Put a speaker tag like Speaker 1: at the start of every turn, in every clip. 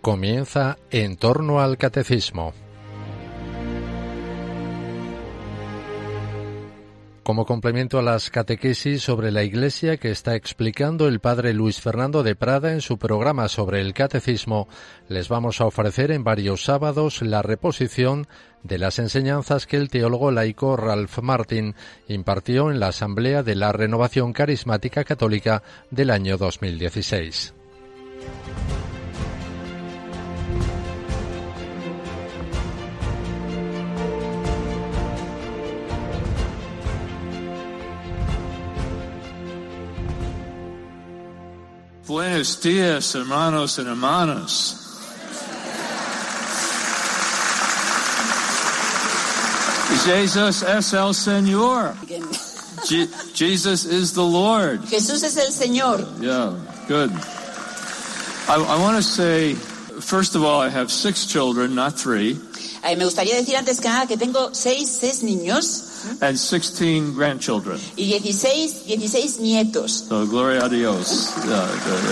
Speaker 1: comienza en torno al catecismo. Como complemento a las catequesis sobre la Iglesia que está explicando el padre Luis Fernando de Prada en su programa sobre el catecismo, les vamos a ofrecer en varios sábados la reposición de las enseñanzas que el teólogo laico Ralph Martin impartió en la Asamblea de la Renovación Carismática Católica del año 2016.
Speaker 2: Buenos días, hermanos y hermanas. Jesús es el Señor. Je- Jesus is the Lord.
Speaker 3: Jesús es el Señor.
Speaker 2: Yeah, good. I, I want to say, first of all, I have six children, not three,
Speaker 3: Eh, me gustaría decir antes que nada que tengo seis, seis niños
Speaker 2: and 16 grandchildren.
Speaker 3: y 16, 16 nietos.
Speaker 2: So, gloria a Dios. Yeah, yeah,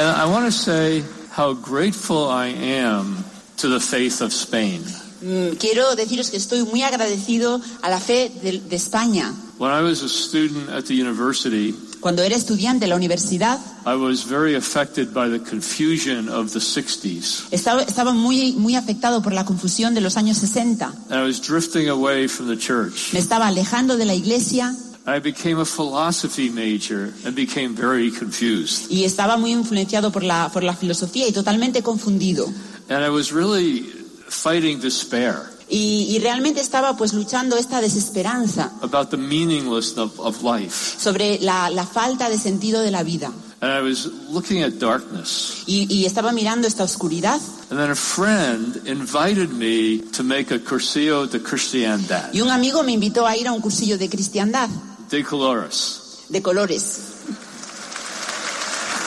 Speaker 2: yeah. And I want to say how grateful I am to the faith of Spain.
Speaker 3: Mm, quiero deciros que estoy muy agradecido a la fe de, de España.
Speaker 2: When I was a student at the university,
Speaker 3: Cuando era estudiante en la universidad,
Speaker 2: I was very affected by the confusion of the 60s.
Speaker 3: estaba, estaba muy, muy afectado por la confusión de los años 60.
Speaker 2: And I was drifting away from the church.
Speaker 3: Me estaba alejando de la iglesia
Speaker 2: I became a philosophy major and became very confused.
Speaker 3: y estaba muy influenciado por la, por la filosofía y totalmente confundido.
Speaker 2: And I was really fighting despair
Speaker 3: Y, y realmente estaba pues luchando esta desesperanza
Speaker 2: about the meaninglessness of, of life.
Speaker 3: sobre la, la falta de sentido de la vida.
Speaker 2: And I was looking at darkness.
Speaker 3: Y, y estaba mirando esta oscuridad
Speaker 2: And then a friend invited me to make a cursillo de cristiandad,
Speaker 3: y un amigo me invitó a ir a un cursillo de cristiandad
Speaker 2: de colores.
Speaker 3: de colores.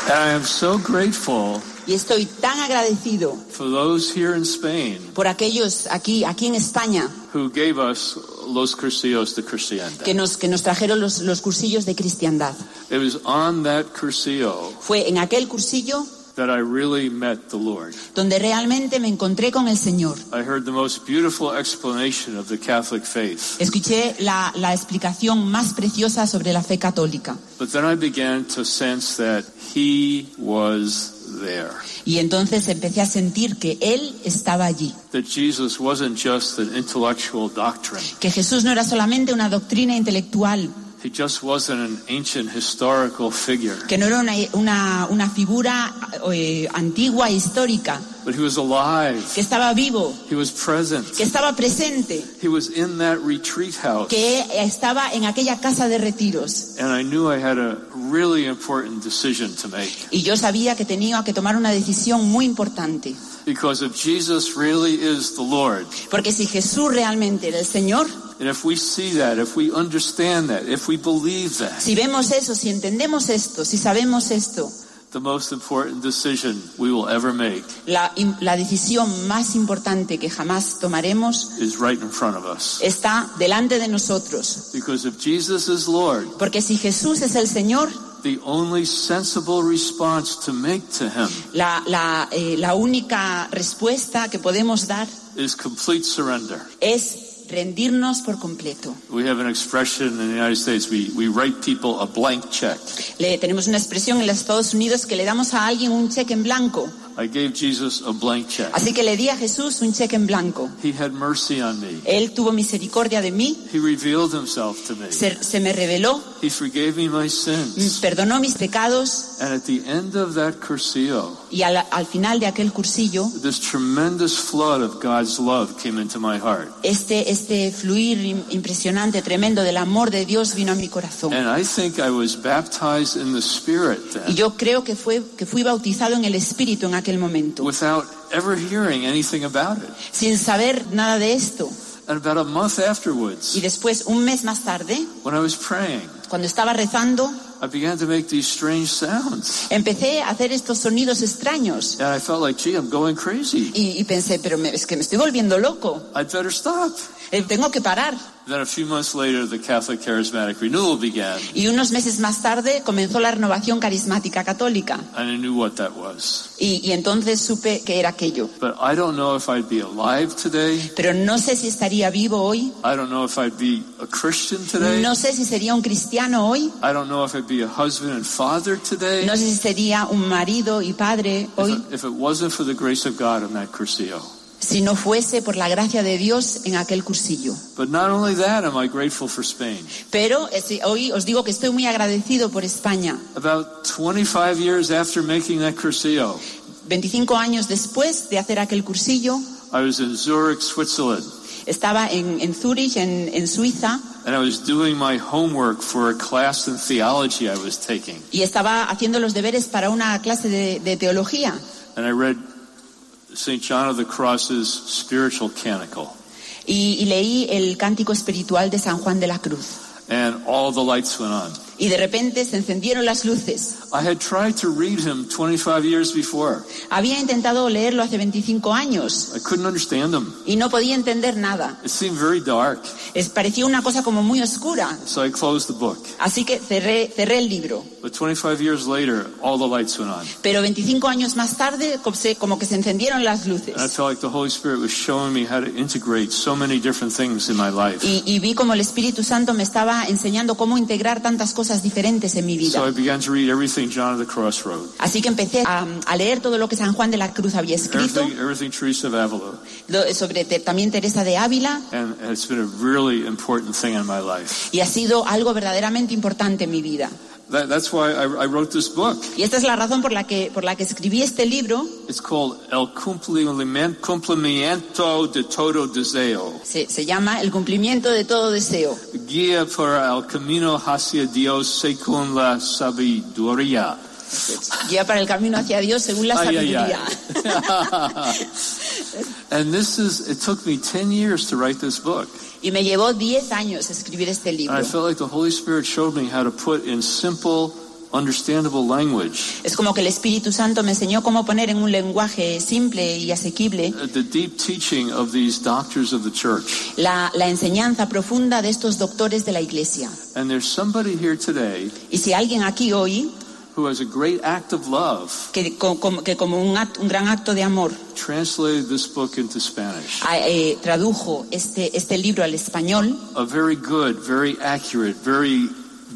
Speaker 2: And I am so grateful
Speaker 3: Y estoy tan agradecido
Speaker 2: for those here in Spain
Speaker 3: por aquellos aquí, aquí en España,
Speaker 2: who gave us Los Cursillos de
Speaker 3: que
Speaker 2: Cristiandad.
Speaker 3: nos, que nos trajeron los, los cursillos de cristiandad.
Speaker 2: It was on that Cursillo
Speaker 3: Fue en aquel cursillo
Speaker 2: that I really met the Lord.
Speaker 3: donde realmente me encontré con el Señor.
Speaker 2: I heard the most beautiful explanation of the Catholic faith.
Speaker 3: Escuché la, la explicación más preciosa sobre la fe católica.
Speaker 2: But then I began to sense that He was there.
Speaker 3: Y entonces empecé a sentir que Él estaba allí,
Speaker 2: That Jesus wasn't just an intellectual doctrine.
Speaker 3: que Jesús no era solamente una doctrina intelectual,
Speaker 2: He just wasn't an ancient historical figure.
Speaker 3: que no era una, una- una figura eh, antigua e histórica,
Speaker 2: But He was alive.
Speaker 3: que estaba vivo,
Speaker 2: He was present.
Speaker 3: que estaba presente,
Speaker 2: He was in that retreat house.
Speaker 3: que estaba en aquella casa de retiros.
Speaker 2: And I knew I had a really important decision to make.
Speaker 3: Y yo sabía que tenía que tomar una decisión muy importante,
Speaker 2: Because if Jesus really is the Lord,
Speaker 3: porque si Jesús realmente era el Señor,
Speaker 2: and if we see that, if we understand that, if we believe that,
Speaker 3: si vemos eso, si entendemos esto, si sabemos esto,
Speaker 2: the most important decision we will ever make
Speaker 3: la, im- la decisión más importante que jamás tomaremos
Speaker 2: is right in front of us.
Speaker 3: está delante de nosotros.
Speaker 2: Because if Jesus is Lord,
Speaker 3: Porque si Jesús es el Señor,
Speaker 2: the only sensible response to make to him
Speaker 3: la- la, eh, la única respuesta que podemos dar
Speaker 2: is complete surrender.
Speaker 3: es rendirnos por completo.
Speaker 2: We have an expression in the United States, we, we write people a blank check.
Speaker 3: Le, tenemos una expresión en los Estados Unidos que le damos a alguien un cheque en blanco.
Speaker 2: I gave Jesus a blank check.
Speaker 3: Así que le di a Jesús un cheque en blanco.
Speaker 2: He had mercy on me.
Speaker 3: Él tuvo misericordia de mí,
Speaker 2: He revealed himself to me.
Speaker 3: se, se me reveló, mm,
Speaker 2: He forgave me my sins.
Speaker 3: perdonó mis pecados
Speaker 2: And at the end of that cursillo,
Speaker 3: y al, al final de aquel cursillo,
Speaker 2: this tremendous flood of God's love came into my heart.
Speaker 3: este, este fluir im- impresionante, tremendo del amor de Dios vino a mi corazón.
Speaker 2: And I think I was baptized in the Spirit
Speaker 3: Y
Speaker 2: then,
Speaker 3: yo creo que, fue, que fui bautizado en el Espíritu en aquel momento,
Speaker 2: without ever hearing anything about it.
Speaker 3: sin saber nada de esto.
Speaker 2: And about a month
Speaker 3: Y
Speaker 2: afterwards,
Speaker 3: después, un mes más tarde,
Speaker 2: when I was praying,
Speaker 3: cuando estaba rezando,
Speaker 2: I began to make these strange sounds.
Speaker 3: empecé a hacer estos sonidos extraños
Speaker 2: And I felt like, gee, I'm going crazy.
Speaker 3: y, y pensé, pero me- es que me estoy volviendo loco,
Speaker 2: I'd better stop.
Speaker 3: eh, tengo que parar.
Speaker 2: Then a few months later, the Catholic Charismatic Renewal began,
Speaker 3: Y unos meses más tarde comenzó la renovación carismática católica.
Speaker 2: and I knew what that was.
Speaker 3: Y, y entonces supe que era aquello.
Speaker 2: But I don't know if I'd be alive today.
Speaker 3: Pero no sé si estaría vivo hoy.
Speaker 2: I don't know if I'd be a Christian today.
Speaker 3: No sé si sería un cristiano hoy.
Speaker 2: I don't know if I'd be a husband and father today.
Speaker 3: No sé si sería un marido y padre hoy.
Speaker 2: If, it, if it wasn't for the grace of God in that cursillo.
Speaker 3: Si no fuese por la gracia de Dios en aquel cursillo.
Speaker 2: But not only that, am I grateful for Spain.
Speaker 3: Pero eh, sí, hoy os digo que estoy muy agradecido por España.
Speaker 2: About 25 years after making that cursillo,
Speaker 3: 25 años después de hacer aquel cursillo,
Speaker 2: I was in Zurich, Switzerland,
Speaker 3: estaba en, en Zúrich, en, en Suiza,
Speaker 2: and I was doing my homework for a class in theology I was taking.
Speaker 3: y estaba haciendo los deberes para una clase de, de teología.
Speaker 2: And I read St. John of the Cross's Spiritual Canticle,
Speaker 3: Y, y leí el cántico espiritual de San Juan de la Cruz.
Speaker 2: and all the lights went on.
Speaker 3: Y de repente se encendieron las luces.
Speaker 2: I had tried to read him 25 years before.
Speaker 3: Había intentado leerlo hace 25 años
Speaker 2: I couldn't understand him.
Speaker 3: y no podía entender nada.
Speaker 2: It seemed very dark,
Speaker 3: Es, parecía una cosa como muy oscura.
Speaker 2: so I closed the book.
Speaker 3: Así que cerré, cerré el libro.
Speaker 2: But 25 years later, all the lights went on.
Speaker 3: Pero 25 años más tarde co- se- como que se encendieron las luces.
Speaker 2: And I felt like the Holy Spirit was showing me how to integrate so many different things in my life.
Speaker 3: Y, y vi como el Espíritu Santo me estaba enseñando cómo integrar tantas cosas diferentes en mi
Speaker 2: So
Speaker 3: vida.
Speaker 2: I began to read everything John of the Cross wrote,
Speaker 3: Así que empecé a, a leer todo lo que San Juan de la Cruz había escrito,
Speaker 2: everything, everything Teresa of Avila,
Speaker 3: lo- sobre te- también Teresa de Ávila,
Speaker 2: and and it's been a really important thing in my life.
Speaker 3: y ha sido algo verdaderamente importante en mi vida.
Speaker 2: That, that's why I, I wrote this book.
Speaker 3: Y esta es la razón por la que, por la que escribí este libro.
Speaker 2: It's called El Cumpliment- Cumplimiento de Todo Deseo,
Speaker 3: Se, se llama El cumplimiento de todo deseo.
Speaker 2: Guía para el Camino hacia Dios según la Sabiduría.
Speaker 3: Guía para el camino hacia Dios según la
Speaker 2: Ay, ay,
Speaker 3: sabiduría.
Speaker 2: ay. and this is, it took me 10 years to write this book.
Speaker 3: Y me llevó 10 años escribir este
Speaker 2: And I
Speaker 3: libro.
Speaker 2: felt like the Holy Spirit showed me how to put in simple, understandable language
Speaker 3: Es como que el Espíritu Santo me enseñó cómo poner en un lenguaje simple y asequible
Speaker 2: uh, the deep teaching of these doctors of the church.
Speaker 3: la, la enseñanza profunda de estos doctores de la Iglesia.
Speaker 2: And there's somebody here today
Speaker 3: Y si alguien aquí hoy,
Speaker 2: who has a great act of love
Speaker 3: que co- como, que como un, act- un gran acto de amor,
Speaker 2: translated this book into Spanish.
Speaker 3: a- eh, tradujo este, este libro al español,
Speaker 2: A very good, very accurate, very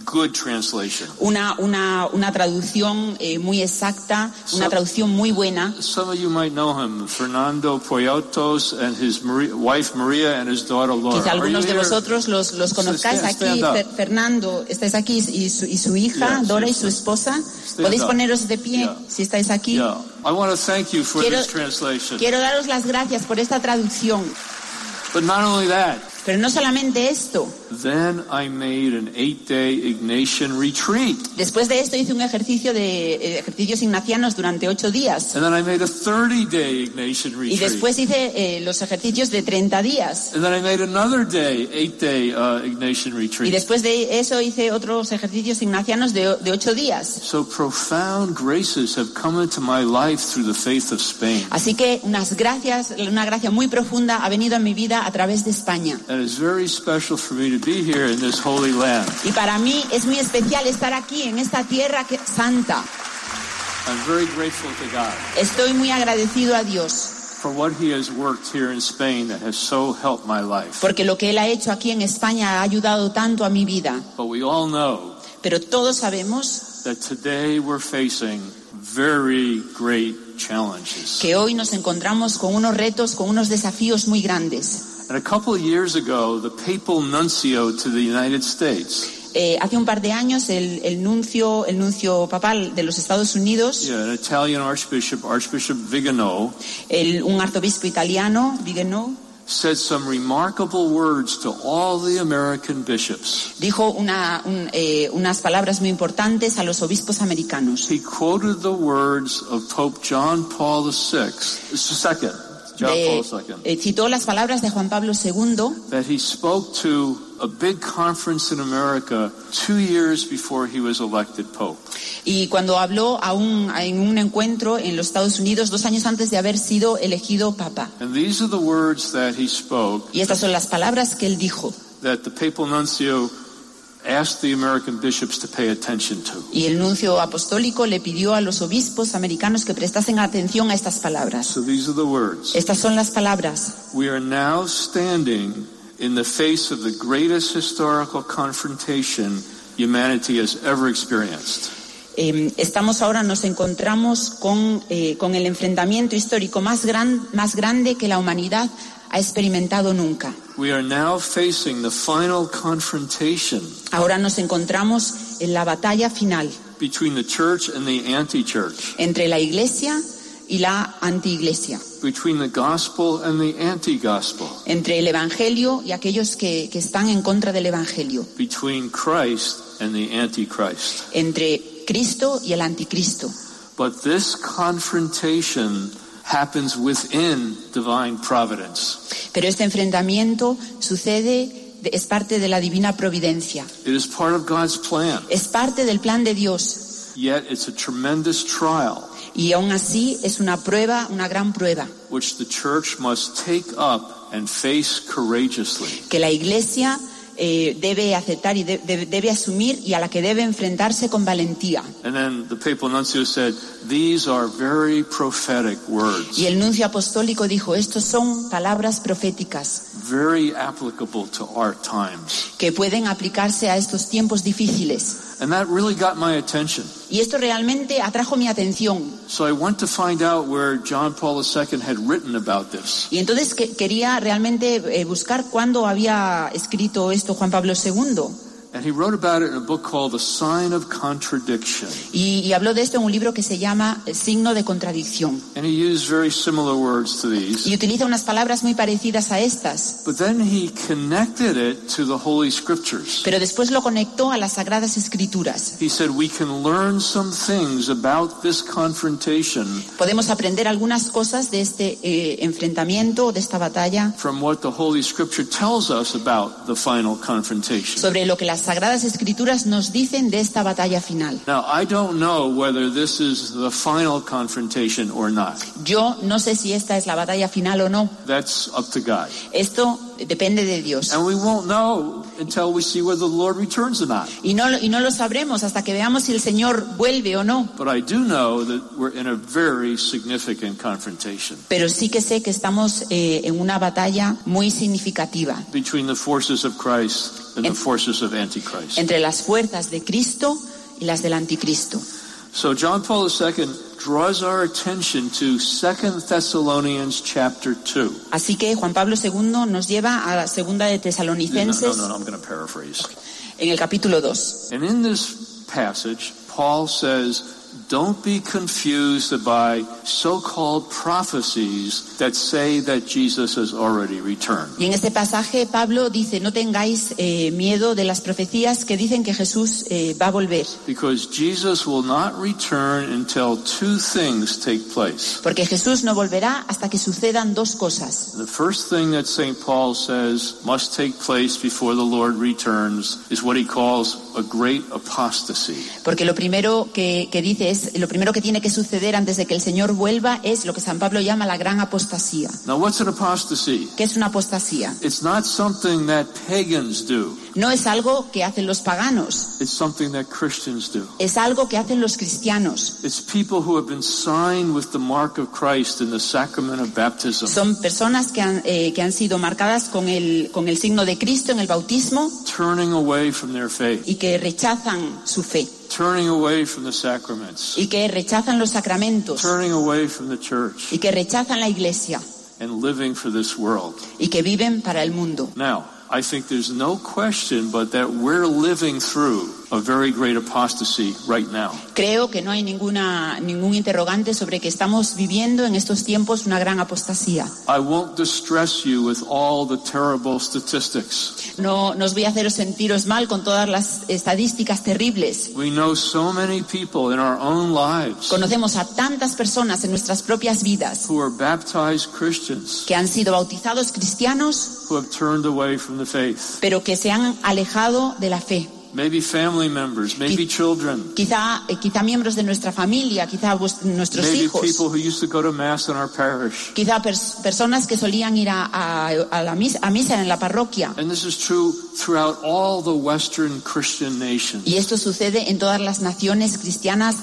Speaker 2: good translation.
Speaker 3: una, una, una traducción eh, muy exacta, una
Speaker 2: So-
Speaker 3: traducción muy buena.
Speaker 2: Some of you might know him, Fernando Poyatos and his Maria, wife Maria and his daughter Laura.
Speaker 3: Quizá
Speaker 2: Are you
Speaker 3: algunos de
Speaker 2: here?
Speaker 3: vosotros los, los conozcáis
Speaker 2: stand- stand
Speaker 3: aquí.
Speaker 2: up.
Speaker 3: Fer- Fernando, estáis aquí y su, y su hija,
Speaker 2: Yeah,
Speaker 3: Dora,
Speaker 2: sí,
Speaker 3: y su
Speaker 2: sí.
Speaker 3: esposa. Podéis
Speaker 2: up.
Speaker 3: poneros de pie
Speaker 2: Yeah.
Speaker 3: si estáis aquí.
Speaker 2: Yeah. I want to thank you for
Speaker 3: Quiero-
Speaker 2: this translation.
Speaker 3: Quiero daros las gracias por esta traducción.
Speaker 2: But not only that,
Speaker 3: Pero no solamente esto.
Speaker 2: Then I made an eight day Ignatian retreat.
Speaker 3: Después de esto hice un ejercicio de eh, ejercicios ignacianos durante ocho días.
Speaker 2: And then I made a 30 day Ignatian
Speaker 3: Y
Speaker 2: retreat.
Speaker 3: después hice eh, los ejercicios de 30 días.
Speaker 2: and then I made another day, eight day uh, Ignatian
Speaker 3: Y
Speaker 2: retreat.
Speaker 3: después de eso hice otros ejercicios ignacianos de, o- de ocho días.
Speaker 2: so profound graces have come into my life through the faith of Spain.
Speaker 3: Así que unas gracias, una gracia muy profunda ha venido a mi vida a través de España.
Speaker 2: And it's very special for me to be here in this holy land.
Speaker 3: Y para mí es muy especial estar aquí en esta tierra que- santa.
Speaker 2: I'm very grateful to God
Speaker 3: Estoy muy agradecido a Dios
Speaker 2: for what He has worked here in Spain that has so helped my life.
Speaker 3: porque lo que Él ha hecho aquí en España ha ayudado tanto a mi vida.
Speaker 2: But we all know
Speaker 3: Pero todos sabemos
Speaker 2: that today we're facing very great challenges.
Speaker 3: que hoy nos encontramos con unos retos, con unos desafíos muy grandes.
Speaker 2: And a couple of years ago, the papal nuncio to the United States,
Speaker 3: Eh, hace un par de años el, el nuncio, el nuncio papal de los Estados Unidos,
Speaker 2: yeah, an Italian archbishop, Archbishop Vigano,
Speaker 3: el- un arzobispo italiano, Vigano,
Speaker 2: said some remarkable words to all the American bishops.
Speaker 3: dijo una- un- eh, unas palabras muy importantes a los obispos americanos.
Speaker 2: He quoted the words of Pope John Paul VI, second, John
Speaker 3: De-
Speaker 2: Paul II,
Speaker 3: eh, citó las palabras de Juan Pablo II
Speaker 2: that he spoke to a big conference in America two years before he was elected pope.
Speaker 3: Y cuando habló a un- a- en un encuentro en los Estados Unidos dos años antes de haber sido elegido papa.
Speaker 2: And these are the words that he spoke
Speaker 3: Y estas son las palabras que él dijo.
Speaker 2: that the papal nuncio asked the American bishops to pay attention to.
Speaker 3: Y el nuncio apostólico le pidió a los obispos americanos que prestasen atención a estas palabras.
Speaker 2: So these are the words.
Speaker 3: Estas son las palabras.
Speaker 2: We are now standing in the face of the greatest historical confrontation humanity has ever experienced.
Speaker 3: Eh, estamos ahora, nos encontramos con, eh, con el enfrentamiento histórico más, gran- más grande que la humanidad ha experimentado nunca.
Speaker 2: We are now facing the final confrontation
Speaker 3: Ahora nos encontramos en la batalla final
Speaker 2: between the church and the anti-church,
Speaker 3: entre la iglesia y la antiiglesia,
Speaker 2: between the gospel and the anti-gospel,
Speaker 3: entre el evangelio y aquellos que, que están en contra del evangelio,
Speaker 2: between Christ and the antichrist.
Speaker 3: entre Cristo y el anticristo.
Speaker 2: But this confrontation happens within divine providence.
Speaker 3: Pero este enfrentamiento sucede, es parte de la divina providencia,
Speaker 2: It is part of God's plan,
Speaker 3: es parte del plan de Dios
Speaker 2: yet it's a tremendous trial
Speaker 3: y aún así es una prueba, una gran prueba.
Speaker 2: which the church must take up and face courageously.
Speaker 3: que la Iglesia eh, debe aceptar y de- de- debe asumir y a la que debe enfrentarse con valentía.
Speaker 2: And then the papal nuncio said, these are very prophetic words.
Speaker 3: Y el nuncio apostólico dijo, estos son palabras proféticas
Speaker 2: very applicable to our times.
Speaker 3: que pueden aplicarse a estos tiempos difíciles.
Speaker 2: And that really got my attention.
Speaker 3: Y esto realmente atrajo mi atención.
Speaker 2: So I went to find out where John Paul II had written about this.
Speaker 3: Y entonces que- quería realmente eh, buscar cuándo había escrito esto Juan Pablo II.
Speaker 2: And he wrote about it in a book called The Sign of Contradiction.
Speaker 3: Y, y habló de esto en un libro que se llama eh, Signo de Contradicción.
Speaker 2: And he used very similar words to these.
Speaker 3: Y utiliza unas palabras muy parecidas a estas,
Speaker 2: But then he connected it to the Holy Scriptures.
Speaker 3: pero después lo conectó a las Sagradas Escrituras.
Speaker 2: He said, We can learn some things about this confrontation
Speaker 3: Podemos aprender algunas cosas de este eh, enfrentamiento, de esta batalla,
Speaker 2: from what the Holy Scripture tells us about the final confrontation.
Speaker 3: sobre lo que las Sagradas Escrituras nos dicen de esta batalla final.
Speaker 2: Now, I don't know whether this is the final confrontation or not.
Speaker 3: Yo no sé si esta es la batalla final o no.
Speaker 2: That's up to God.
Speaker 3: Esto depende de Dios.
Speaker 2: And we won't know until we see whether the Lord returns or not.
Speaker 3: Y no, lo- y no lo sabremos hasta que veamos si el Señor vuelve o no.
Speaker 2: But I do know that we're in a very significant confrontation
Speaker 3: Pero sí que sé que estamos eh, en una batalla muy significativa
Speaker 2: between the forces of Christ and the
Speaker 3: And-
Speaker 2: forces of Antichrist.
Speaker 3: entre las fuerzas de Cristo y las del anticristo.
Speaker 2: So John Paul II draws our attention to 2 Thessalonians chapter 2.
Speaker 3: Así que Juan Pablo II nos lleva a la segunda de
Speaker 2: No, no,
Speaker 3: Tesalonicenses
Speaker 2: no, no, I'm going to paraphrase.
Speaker 3: en el capítulo 2.
Speaker 2: And in this passage, Paul says, Don't be confused by so called prophecies that say that Jesus has already returned.
Speaker 3: Y en este pasaje Pablo dice, no tengáis eh, miedo de las profecías que dicen que Jesús eh, va a volver,
Speaker 2: Because Jesus will not return until two things take place.
Speaker 3: porque Jesús no volverá hasta que sucedan dos cosas.
Speaker 2: The first thing that St. Paul says must take place before the Lord returns is what he calls a great apostasy.
Speaker 3: Porque lo primero que, que dice es, lo primero que tiene que suceder antes de que el Señor vuelva es lo que San Pablo llama la gran apostasía.
Speaker 2: Now, what's an apostasy?
Speaker 3: ¿Qué es una apostasía?
Speaker 2: It's not something that pagans do.
Speaker 3: No es algo que hacen los paganos,
Speaker 2: It's something that Christians do.
Speaker 3: es algo que hacen los cristianos.
Speaker 2: It's people who have been signed with the mark of Christ in the sacrament of baptism,
Speaker 3: Son personas que han, eh, que han sido marcadas con el, con el signo de Cristo en el bautismo
Speaker 2: turning away from their faith,
Speaker 3: y que rechazan su fe
Speaker 2: turning away from the sacraments,
Speaker 3: y que rechazan los sacramentos.
Speaker 2: turning away from the church,
Speaker 3: y que rechazan la iglesia
Speaker 2: and living for this world.
Speaker 3: y que viven para el mundo.
Speaker 2: Now, I think there's no question but that we're living through a very great apostasy right now.
Speaker 3: Creo que no hay ninguna, ningún interrogante sobre que estamos viviendo en estos tiempos una gran apostasía.
Speaker 2: I won't distress you with all the terrible statistics.
Speaker 3: No, no os voy a haceros sentiros mal con todas las estadísticas terribles.
Speaker 2: We know so many people in our own lives
Speaker 3: Conocemos a tantas personas en nuestras propias vidas
Speaker 2: who are baptized Christians
Speaker 3: que han sido bautizados cristianos,
Speaker 2: who have turned away from the faith.
Speaker 3: pero que se han alejado de la fe.
Speaker 2: maybe family members, maybe children,
Speaker 3: quizá, eh, quizá miembros de nuestra familia, quizá vues- nuestros
Speaker 2: maybe
Speaker 3: hijos,
Speaker 2: people who used to go to mass in our parish.
Speaker 3: quizá pers- personas que solían ir a, a- a la misa, a misa en la parroquia.
Speaker 2: And this is true throughout all the Western Christian nations.
Speaker 3: Y esto sucede en todas las naciones cristianas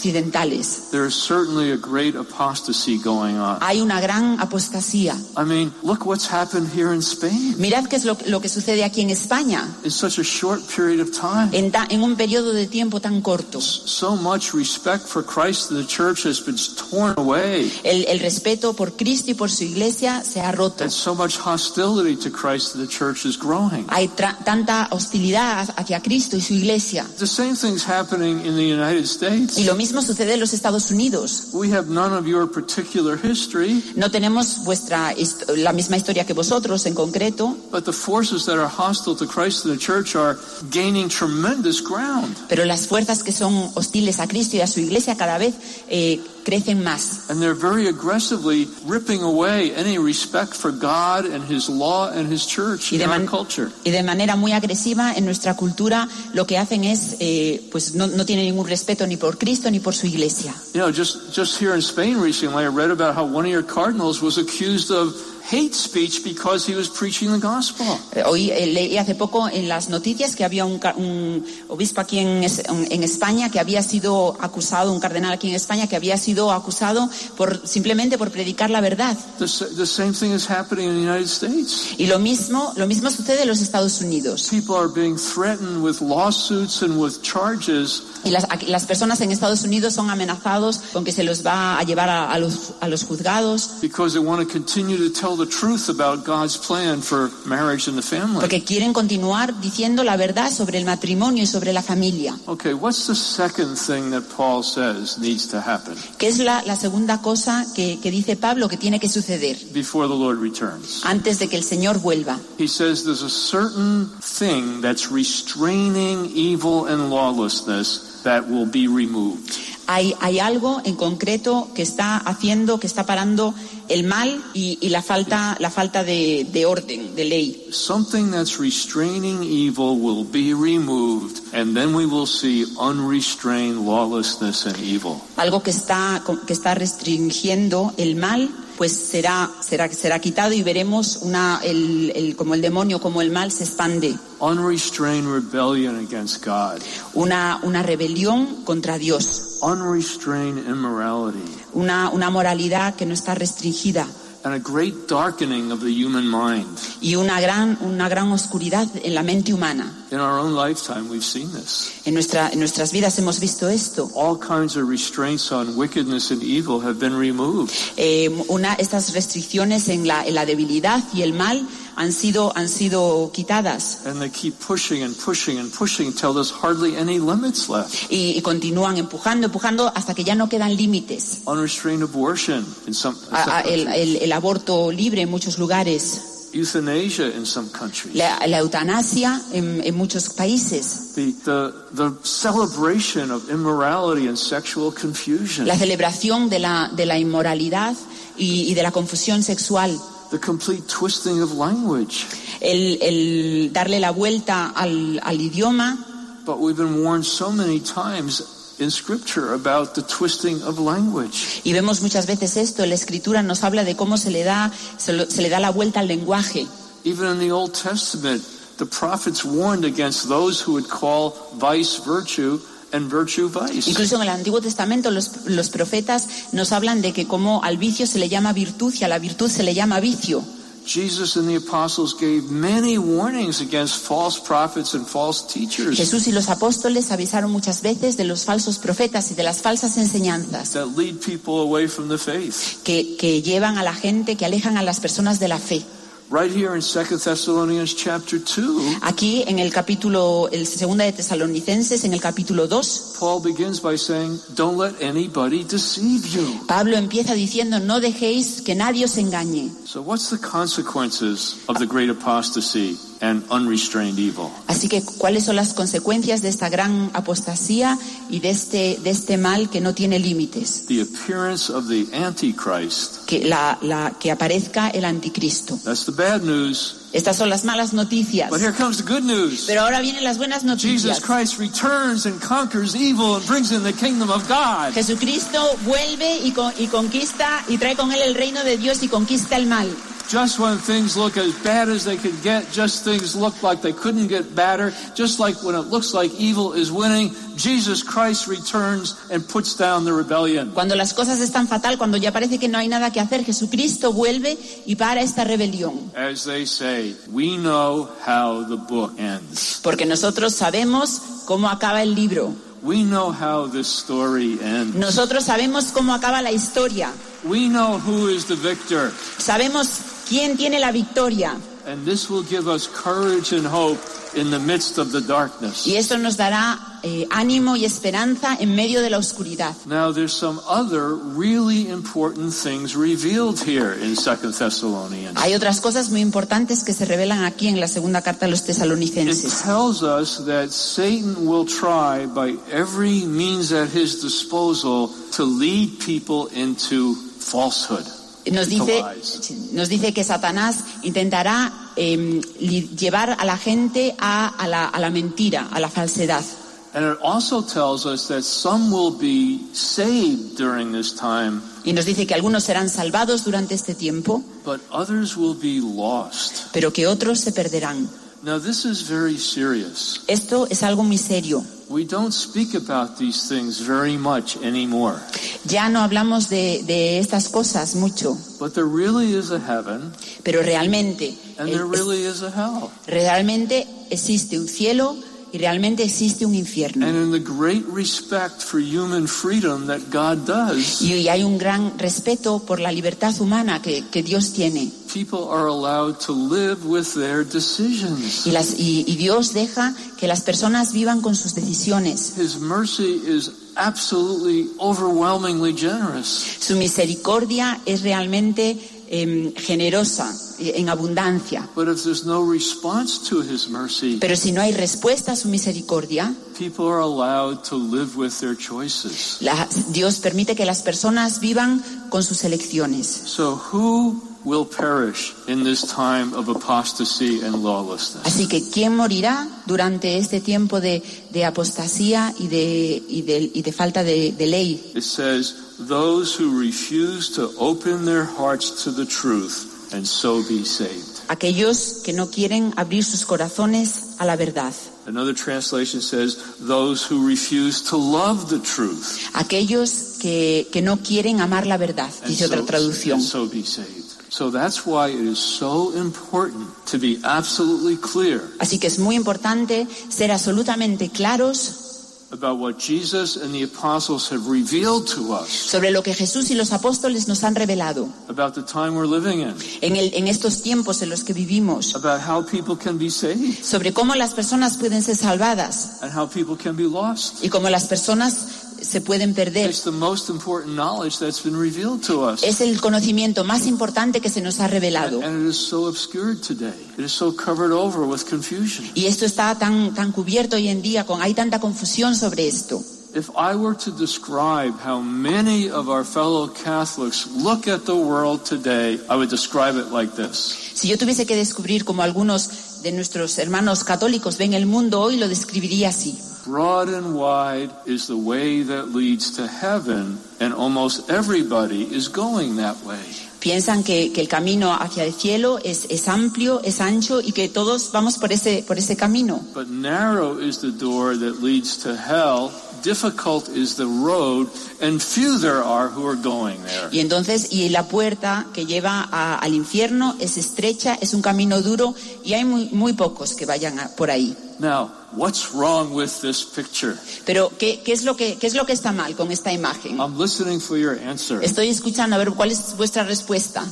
Speaker 3: occidentales.
Speaker 2: There is certainly a great apostasy going on.
Speaker 3: Hay una gran apostasía.
Speaker 2: I mean, look what's happened here in Spain
Speaker 3: Mirad qué es lo, lo que sucede aquí en España,
Speaker 2: in such a short period of time.
Speaker 3: en, ta- en un periodo de tiempo tan corto.
Speaker 2: So much respect for Christ and the church has been torn away,
Speaker 3: El, el respeto por Cristo y por su iglesia se ha roto.
Speaker 2: and so much hostility to Christ and the church is growing.
Speaker 3: Hay tra- tanta hostilidad hacia Cristo y su iglesia.
Speaker 2: The same thing's happening in the United States.
Speaker 3: Y lo mismo sucede en los Estados Unidos.
Speaker 2: We have none of your particular history,
Speaker 3: No tenemos vuestra hist- la misma historia que vosotros en concreto,
Speaker 2: but the forces that are hostile to Christ and the church are gaining tremendous ground.
Speaker 3: pero las fuerzas que son hostiles a Cristo y a su iglesia cada vez eh, crecen más.
Speaker 2: And they're very aggressively ripping away any respect for God and His law and His church
Speaker 3: Y
Speaker 2: in
Speaker 3: de
Speaker 2: our
Speaker 3: man-
Speaker 2: culture.
Speaker 3: Y de manera muy agresiva en nuestra cultura lo que hacen es, eh, pues no, no tienen ningún respeto ni por Cristo ni por su iglesia.
Speaker 2: You know, just, just here in Spain recently, I read about how one of your cardinals was accused of hate speech because he was preaching the gospel.
Speaker 3: Eh, Hoy eh, leí hace poco en las noticias que había un, ca- un obispo aquí en, es- en- en España que había sido acusado, un cardenal aquí en España que había sido acusado por simplemente por predicar la verdad.
Speaker 2: The, sa- the same thing is happening in the United States.
Speaker 3: Y lo mismo, lo mismo sucede en los Estados Unidos.
Speaker 2: People are being threatened with lawsuits and with charges
Speaker 3: Y las, aquí- las personas en Estados Unidos son amenazados con que se los va a llevar a, a los, a los juzgados
Speaker 2: because they want to continue to tell the truth about God's plan for marriage and the family.
Speaker 3: porque quieren continuar diciendo la verdad sobre el matrimonio y sobre la familia.
Speaker 2: Okay, what's the second thing that Paul says needs to happen?
Speaker 3: Que es la, la segunda cosa que- que dice Pablo que tiene que suceder
Speaker 2: before the Lord returns.
Speaker 3: antes de que el Señor vuelva.
Speaker 2: He says there's a certain thing that's restraining evil and lawlessness that will be removed.
Speaker 3: Hay, hay algo en concreto que está haciendo, que está parando el mal y, y la falta, la falta de, de orden, de ley.
Speaker 2: Something that's restraining evil will be removed, and then we will see unrestrained lawlessness and evil.
Speaker 3: Algo que está, que está restringiendo el mal, pues será, será, será quitado y veremos una, el, el- como el demonio, como el mal se expande.
Speaker 2: Unrestrained rebellion against God,
Speaker 3: Una, una rebelión contra Dios,
Speaker 2: unrestrained immorality,
Speaker 3: una, una moralidad que no está restringida
Speaker 2: and a great darkening of the human mind.
Speaker 3: y una gran, una gran oscuridad en la mente humana.
Speaker 2: In our own lifetime, we've seen this.
Speaker 3: En, nuestra, en nuestras vidas hemos visto esto.
Speaker 2: All kinds of restraints on wickedness and evil have been removed.
Speaker 3: Eh, una, estas restricciones en la, en la debilidad y el mal han sido, han sido quitadas
Speaker 2: And they keep pushing and pushing and pushing until there's hardly any limits left.
Speaker 3: y, y continúan empujando, empujando hasta que ya no quedan límites.
Speaker 2: Unrestrained abortion in some, in some
Speaker 3: A- a- Ah, el,
Speaker 2: countries.
Speaker 3: el- el aborto libre en muchos lugares,
Speaker 2: euthanasia in some countries.
Speaker 3: la, la eutanasia en, en muchos países,
Speaker 2: The, the, the celebration of immorality and sexual confusion.
Speaker 3: la celebración de la, de la inmoralidad y, y de la confusión sexual,
Speaker 2: The complete twisting of language.
Speaker 3: el, el darle la vuelta al, al idioma.
Speaker 2: But we've been warned so many times in Scripture about the twisting of language.
Speaker 3: Y vemos muchas veces esto, la escritura nos habla de cómo se le da, se lo- se le da la vuelta al lenguaje.
Speaker 2: Even in the Old Testament, the prophets warned against those who would call vice virtue and virtue vice.
Speaker 3: Incluso en el Antiguo Testamento los, los profetas nos hablan de que como al vicio se le llama virtud y a la virtud se le llama vicio.
Speaker 2: Jesus and the apostles gave many warnings against false prophets and false teachers
Speaker 3: Jesús y los apóstoles avisaron muchas veces de los falsos profetas y de las falsas enseñanzas
Speaker 2: that lead people away from the faith.
Speaker 3: que, que llevan a la gente, que alejan a las personas de la fe.
Speaker 2: Right here in 2 Thessalonians chapter 2,
Speaker 3: Aquí en el capítulo, el segunda de Tesalonicenses, en el capítulo 2,
Speaker 2: Paul begins by saying, Don't let anybody deceive you.
Speaker 3: Pablo empieza diciendo, no dejéis que nadie os engañe.
Speaker 2: So, what's the consequences of the great apostasy and unrestrained evil.
Speaker 3: Así que, ¿cuáles son las consecuencias de esta gran apostasía y de este, de este mal que no tiene límites?
Speaker 2: The appearance of the Antichrist,
Speaker 3: Que, la- la- que aparezca el anticristo.
Speaker 2: that's the bad news.
Speaker 3: Estas son las malas noticias.
Speaker 2: But here comes the good news.
Speaker 3: Pero ahora vienen las buenas
Speaker 2: Pues Jesus
Speaker 3: noticias.
Speaker 2: Christ returns and conquers evil and brings in the kingdom of God.
Speaker 3: Jesucristo vuelve y, con- y conquista y trae con él el reino de Dios y conquista el mal.
Speaker 2: Just when things look as bad as they could get, just things look like they couldn't get badder, just like when it looks like evil is winning, Jesus Christ returns and puts down the rebellion.
Speaker 3: Cuando las cosas están fatal, cuando ya parece que no hay nada que hacer, Jesucristo vuelve y para esta rebelión.
Speaker 2: As they say, we know how the book ends.
Speaker 3: Porque nosotros sabemos cómo acaba el libro.
Speaker 2: We know how this story ends.
Speaker 3: Nosotros sabemos cómo acaba la historia.
Speaker 2: We know who is the victor.
Speaker 3: Sabemos quién tiene la victoria.
Speaker 2: And this will give us courage and hope in the midst of the darkness.
Speaker 3: Y eso nos dará eh, ánimo y esperanza en medio de la oscuridad.
Speaker 2: Now there's some other really important things revealed here in Second Thessalonians.
Speaker 3: Hay otras cosas muy importantes que se revelan aquí en la segunda carta a los
Speaker 2: It
Speaker 3: tesalonicenses.
Speaker 2: tells us that Satan will try by every means at his disposal to lead people into falsehood.
Speaker 3: Nos dice, nos dice que Satanás intentará eh, li- llevar a la gente a, a la, a la mentira, a la falsedad.
Speaker 2: And it also tells us that some will be saved during this time,
Speaker 3: Y nos dice que algunos serán salvados durante este tiempo,
Speaker 2: but others will be lost.
Speaker 3: pero que otros se perderán.
Speaker 2: Now, this is very serious.
Speaker 3: Esto es algo muy serio.
Speaker 2: We don't speak about these things very much anymore,
Speaker 3: Ya no hablamos de, de estas cosas mucho,
Speaker 2: but there really is a heaven
Speaker 3: pero realmente,
Speaker 2: and
Speaker 3: eh,
Speaker 2: there really is a hell.
Speaker 3: es- realmente existe un cielo y realmente existe un infierno.
Speaker 2: And in the great respect for human freedom that God does,
Speaker 3: Y, y hay un gran respeto por la libertad humana que, que Dios tiene.
Speaker 2: people are allowed to live with their decisions.
Speaker 3: Y, las, y- y Dios deja que las personas vivan con sus decisiones.
Speaker 2: His mercy is absolutely overwhelmingly generous.
Speaker 3: Su misericordia es realmente em, generosa, eh, en abundancia.
Speaker 2: But if there's no response to his mercy,
Speaker 3: Pero si no hay respuesta a su misericordia,
Speaker 2: people are allowed to live with their choices.
Speaker 3: la- Dios permite que las personas vivan con sus elecciones.
Speaker 2: So who will perish in this time of apostasy and lawlessness?
Speaker 3: Así que, ¿quién morirá durante este tiempo de, de apostasía y de, y de- y de falta de, de ley?
Speaker 2: It says, those who refuse to open their hearts to the truth and so be saved.
Speaker 3: Aquellos que no quieren abrir sus corazones a la verdad.
Speaker 2: Another translation says, those who refuse to love the truth
Speaker 3: Aquellos que, que no quieren amar la verdad,
Speaker 2: And
Speaker 3: dice otra
Speaker 2: so-
Speaker 3: traducción.
Speaker 2: and so be saved. So that's why it is so important to be absolutely clear
Speaker 3: Así que es muy importante ser absolutamente claros
Speaker 2: about what Jesus and the apostles have revealed to us
Speaker 3: sobre lo que Jesús y los apóstoles nos han revelado
Speaker 2: about the time we're living in,
Speaker 3: en, el- en estos tiempos en los que vivimos,
Speaker 2: about how people can be saved
Speaker 3: sobre cómo las personas pueden ser salvadas
Speaker 2: and how people can be lost.
Speaker 3: y cómo las personas se pueden perder.
Speaker 2: It's the most important knowledge that's been revealed to us.
Speaker 3: Es el conocimiento más importante que se nos ha revelado.
Speaker 2: And it is so obscured today. It is so covered over with confusion.
Speaker 3: Y esto está tan, tan cubierto hoy en día, con, hay tanta confusión sobre esto.
Speaker 2: If I were to describe how many of our fellow Catholics look at the world today, I would describe it like this.
Speaker 3: Si yo tuviese que descubrir cómo algunos de nuestros hermanos católicos ven el mundo hoy, lo describiría así.
Speaker 2: Broad and wide is the way that leads to heaven, and almost everybody is going that way.
Speaker 3: Piensan que, que el camino hacia el cielo es, es amplio, es ancho y que todos vamos por ese, por ese camino.
Speaker 2: But narrow is the door that leads to hell, difficult is the road, and few there are who are going there.
Speaker 3: Y entonces, y la puerta que lleva a- al infierno es estrecha, es un camino duro y hay muy, muy pocos que vayan a- por ahí.
Speaker 2: Now, what's wrong with this picture?
Speaker 3: Pero, ¿qué, qué es lo que, ¿qué es lo que está mal con esta imagen?
Speaker 2: I'm listening for your answer.
Speaker 3: Estoy escuchando a ver cuál es vuestra respuesta.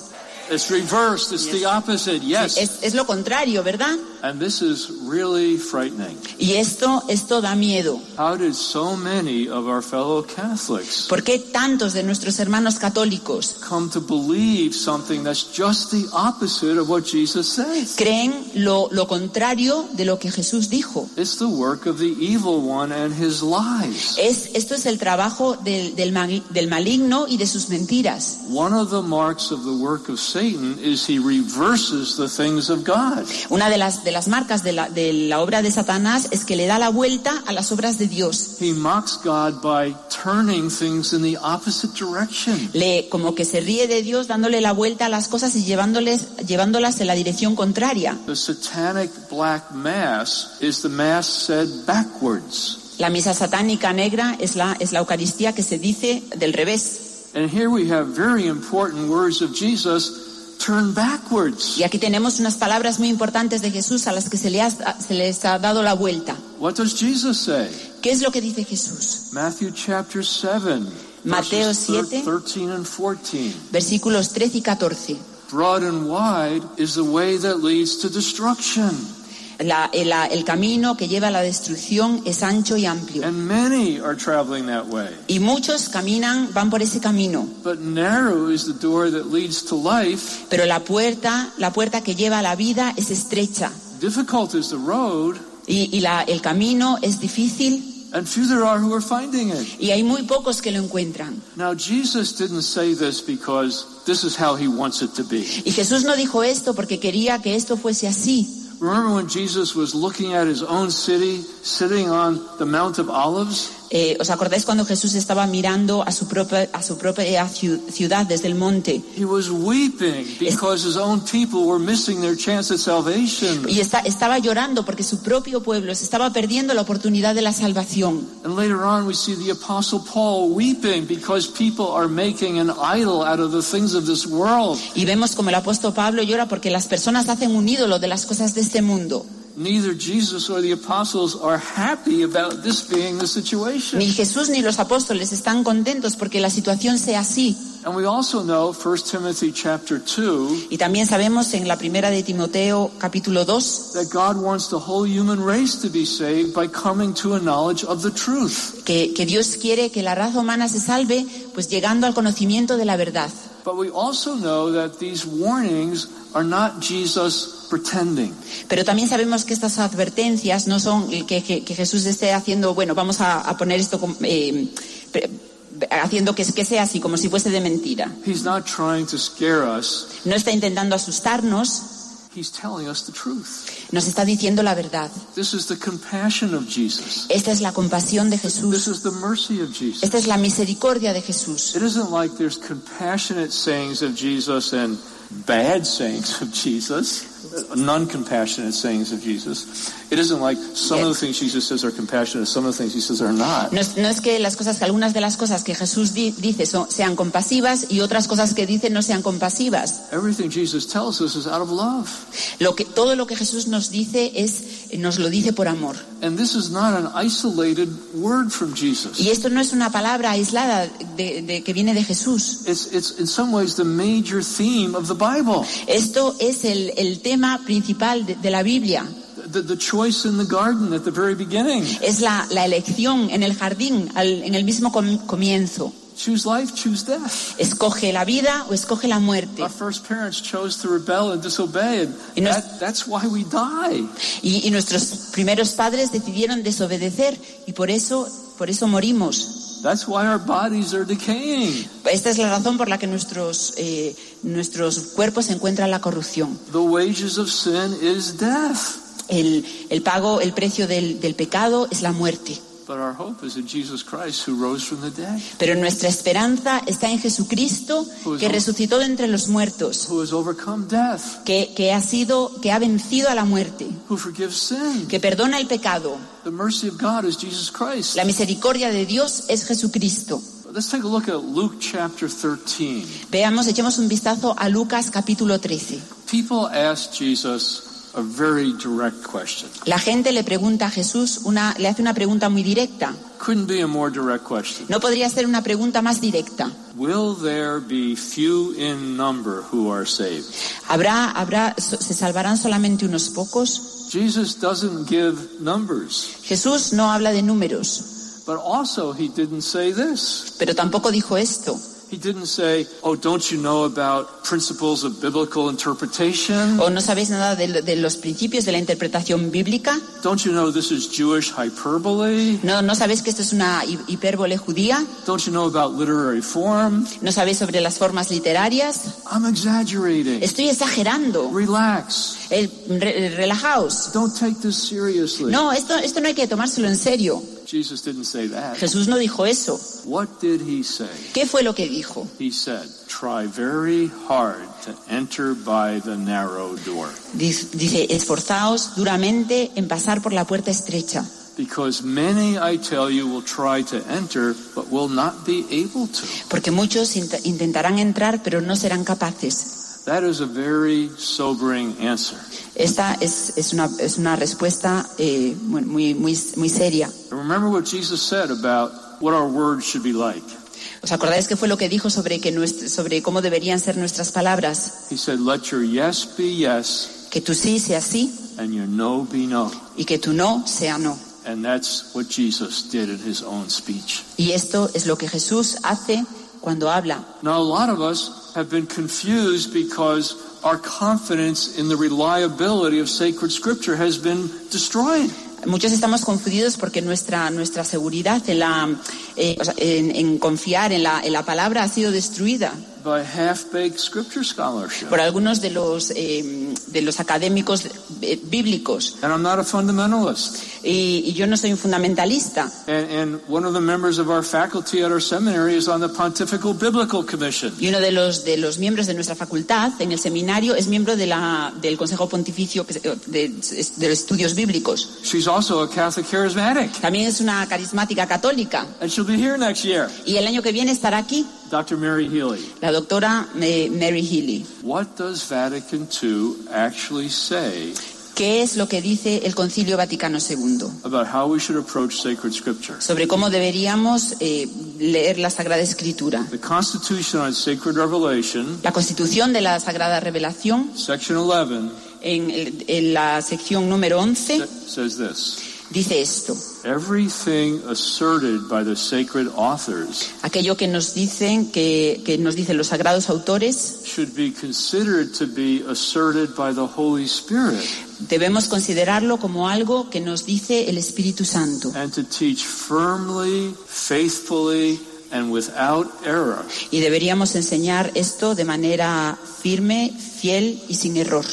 Speaker 2: It's reversed, it's the opposite, yes.
Speaker 3: Es, es lo contrario, ¿verdad?
Speaker 2: And this is really frightening.
Speaker 3: Y esto, esto da miedo.
Speaker 2: How did so many of our fellow Catholics
Speaker 3: ¿Por qué tantos de nuestros hermanos católicos
Speaker 2: come to believe something that's just the opposite of what Jesus says?
Speaker 3: creen lo, lo contrario de lo que Jesús dijo?
Speaker 2: It's the work of the evil one and his lies.
Speaker 3: Es, esto es el trabajo del, del mali- del maligno y de sus mentiras.
Speaker 2: One of the marks of the work of Satan is he reverses the things of God.
Speaker 3: Una de las, de las marcas de la, de la obra de Satanás es que le da la vuelta a las obras de Dios.
Speaker 2: He mocks God by turning things in the opposite direction.
Speaker 3: Le, como que se ríe de Dios dándole la vuelta a las cosas y llevándoles, llevándolas en la dirección contraria.
Speaker 2: The satanic black mass is the mass said backwards.
Speaker 3: La misa satánica negra es la, es la Eucaristía que se dice del revés.
Speaker 2: And here we have very important words of Jesus turn backwards.
Speaker 3: Y aquí tenemos unas palabras muy importantes de Jesús a las que se, le ha- se les ha dado la vuelta.
Speaker 2: What does Jesus say?
Speaker 3: ¿Qué es lo que dice Jesús?
Speaker 2: Matthew chapter 7,
Speaker 3: Mateo
Speaker 2: verses thir-
Speaker 3: 7.
Speaker 2: 13 and 14.
Speaker 3: Versículos 13 y 14.
Speaker 2: Broad and wide is the way that leads to destruction,
Speaker 3: La- el, la- el camino que lleva a la destrucción es ancho y amplio.
Speaker 2: and many are traveling that way.
Speaker 3: Y muchos caminan, van por ese camino.
Speaker 2: But narrow is the door that leads to life,
Speaker 3: Pero la puerta, la puerta que lleva a la vida es estrecha.
Speaker 2: difficult is the road,
Speaker 3: Y, y la- el camino es difícil
Speaker 2: and few there are who are finding it.
Speaker 3: y hay muy pocos que lo encuentran.
Speaker 2: Now, Jesus didn't say this because this is how he wants it to be.
Speaker 3: Y Jesús no dijo esto porque quería que esto fuese así.
Speaker 2: Remember when Jesus was looking at his own city, sitting on the Mount of Olives?
Speaker 3: Eh, ¿Os acordáis cuando Jesús estaba mirando a su propia, a su propia ciu- ciudad desde el monte?
Speaker 2: He was weeping because his own people were missing their chance at salvation.
Speaker 3: Y está- estaba llorando porque su propio pueblo se estaba perdiendo la oportunidad de la salvación.
Speaker 2: And later on, we see the Apostle Paul weeping because people are making an idol out of the things of this world.
Speaker 3: Y vemos como el apóstol Pablo llora porque las personas hacen un ídolo de las cosas de este mundo.
Speaker 2: Neither Jesus or the apostles are happy about this being the situation.
Speaker 3: Ni Jesús ni los apóstoles están contentos porque la situación sea así.
Speaker 2: And we also know 1 Timothy chapter 2
Speaker 3: Y también sabemos en la primera de Timoteo capítulo 2
Speaker 2: that God wants the whole human race to be saved by coming to a knowledge of the truth.
Speaker 3: que, que Dios quiere que la raza humana se salve, pues llegando al conocimiento de la verdad.
Speaker 2: But we also know that these warnings are not Jesus pretending.
Speaker 3: Pero también sabemos que estas advertencias no son el que, que- que Jesús esté haciendo, bueno, vamos a, a poner esto como, eh, pre- haciendo que, que sea así, como si fuese de mentira.
Speaker 2: He's not trying to scare us.
Speaker 3: No está intentando asustarnos,
Speaker 2: He's telling us the truth.
Speaker 3: nos está diciendo la verdad.
Speaker 2: This is the compassion of Jesus.
Speaker 3: Esta es la compasión de
Speaker 2: This
Speaker 3: Jesús,
Speaker 2: is the mercy of Jesus.
Speaker 3: esta es la misericordia de Jesús.
Speaker 2: It isn't like there's compassionate sayings of Jesus and bad sayings of Jesus, non-compassionate sayings of Jesus. It isn't like some of the things Jesus says are compassionate, some of the things he says are not.
Speaker 3: No es, no es que las cosas, que algunas de las cosas que Jesús di- dice son- sean compasivas y otras cosas que dice no sean compasivas.
Speaker 2: Everything Jesus tells us is out of love.
Speaker 3: Lo que, todo lo que Jesús nos dice es, nos lo dice por amor.
Speaker 2: And this is not an isolated word from Jesus.
Speaker 3: Y esto no es una palabra aislada de, de- que viene de Jesús.
Speaker 2: It's, it's in some ways the major theme of the Bible.
Speaker 3: Esto es el, el tema principal de, de la Biblia.
Speaker 2: The, the choice in the garden at the very beginning.
Speaker 3: Es la, la elección en el jardín, al- en el mismo com- comienzo.
Speaker 2: Choose life, choose death.
Speaker 3: Escoge la vida o escoge la muerte.
Speaker 2: Our first parents chose to rebel and disobey, and
Speaker 3: Y nos-
Speaker 2: that, that's why we die.
Speaker 3: Y, y nuestros primeros padres decidieron desobedecer y por eso, por eso morimos.
Speaker 2: That's why our bodies are decaying.
Speaker 3: Esta es la razón por la que nuestros, eh, nuestros cuerpos encuentran la corrupción.
Speaker 2: The wages of sin is death.
Speaker 3: El, el pago, el precio del, del pecado es la muerte.
Speaker 2: But our hope is in Jesus Christ who rose from the dead,
Speaker 3: Pero nuestra esperanza está en Jesucristo, que resucitó de entre los muertos,
Speaker 2: who has overcome death,
Speaker 3: que, que ha sido, que ha vencido a la muerte,
Speaker 2: who forgives sin.
Speaker 3: que perdona el pecado.
Speaker 2: The mercy of God is Jesus Christ.
Speaker 3: La misericordia de Dios es Jesucristo.
Speaker 2: Let's take a look at Luke chapter 13.
Speaker 3: Veamos, echemos un vistazo a Lucas capítulo 13.
Speaker 2: People asked Jesus, a very direct question.
Speaker 3: La gente le pregunta a Jesús, una, le hace una pregunta muy directa.
Speaker 2: Couldn't be a more direct question.
Speaker 3: No podría ser una pregunta más directa.
Speaker 2: Will there be few in number who are saved?
Speaker 3: ¿Habrá, habrá, so- se salvarán solamente unos pocos?
Speaker 2: Jesus doesn't give numbers,
Speaker 3: Jesús no habla de números,
Speaker 2: but also he didn't say this.
Speaker 3: pero tampoco dijo esto.
Speaker 2: He didn't say, "Oh, don't you know about principles of biblical interpretation?
Speaker 3: ¿O no sabéis nada de, lo- de los principios de la interpretación bíblica?
Speaker 2: Don't you know this is Jewish hyperbole?
Speaker 3: ¿No, no sabéis que esto es una hi- hipérbole judía?
Speaker 2: Don't you know about literary form?
Speaker 3: ¿No sabéis sobre las formas literarias?
Speaker 2: I'm exaggerating.
Speaker 3: Estoy exagerando.
Speaker 2: Relax.
Speaker 3: El- re- relajaos.
Speaker 2: Don't take this seriously."
Speaker 3: No, esto, esto no hay que tomárselo en serio.
Speaker 2: Jesus didn't say that.
Speaker 3: Jesús no dijo eso.
Speaker 2: What did he say?
Speaker 3: ¿Qué fue lo que dijo?
Speaker 2: He said, try very hard to enter by the narrow door,
Speaker 3: Diz- Dice, esforzaos duramente en pasar por la puerta estrecha,
Speaker 2: because many, I tell you, will try to enter, but will not be able to.
Speaker 3: porque muchos int- intentarán entrar pero no serán capaces.
Speaker 2: That is a very sobering answer.
Speaker 3: Esta es, es una, es una respuesta eh, muy, muy, muy, muy seria.
Speaker 2: And remember what Jesus said about what our words should be like.
Speaker 3: ¿Os acordáis que fue lo que dijo sobre, que nues- sobre cómo deberían ser nuestras palabras?
Speaker 2: He said, let your yes be yes
Speaker 3: Que tu sí sea sí
Speaker 2: and your no be no.
Speaker 3: y que tu no sea no.
Speaker 2: And that's what Jesus did in his own speech.
Speaker 3: Y esto es lo que Jesús hace cuando habla.
Speaker 2: Now, a lot of us have been confused because our confidence in the reliability of sacred scripture has been destroyed.
Speaker 3: Muchos estamos confundidos porque nuestra, nuestra seguridad en, la, eh, o sea, en, en confiar en la, en la palabra ha sido destruida.
Speaker 2: by half-baked scripture scholarship.
Speaker 3: por algunos de los, eh, de los académicos eh, bíblicos.
Speaker 2: And I'm not a fundamentalist.
Speaker 3: Y, y yo no soy un fundamentalista.
Speaker 2: And, and one of the members of our faculty at our seminary is on the Pontifical Biblical Commission.
Speaker 3: Y uno de los, de los miembros de nuestra facultad en el seminario es miembro de la, del Consejo Pontificio que se- de, de Estudios Bíblicos.
Speaker 2: She's also a Catholic charismatic,
Speaker 3: También es una carismática católica.
Speaker 2: and she'll be here next year.
Speaker 3: Y el año que viene estará aquí
Speaker 2: Dr. Mary Healy.
Speaker 3: la doctora eh, Mary Healy.
Speaker 2: What does Vatican II actually say
Speaker 3: ¿Qué es lo que dice el Concilio Vaticano II
Speaker 2: about how we should approach sacred scripture?
Speaker 3: sobre cómo deberíamos eh, leer la Sagrada Escritura?
Speaker 2: The Constitution on Sacred Revelation,
Speaker 3: La Constitución de la Sagrada Revelación
Speaker 2: section 11,
Speaker 3: En, el- en la sección número
Speaker 2: sa-
Speaker 3: 11
Speaker 2: says this.
Speaker 3: dice esto,
Speaker 2: Everything asserted by the sacred authors
Speaker 3: aquello que nos dicen, que, que nos dicen los sagrados autores,
Speaker 2: should be considered to be asserted by the Holy Spirit
Speaker 3: debemos considerarlo como algo que nos dice el Espíritu Santo
Speaker 2: and to teach firmly, faithfully, and without error.
Speaker 3: y deberíamos enseñar esto de manera firme, fiel y sin error.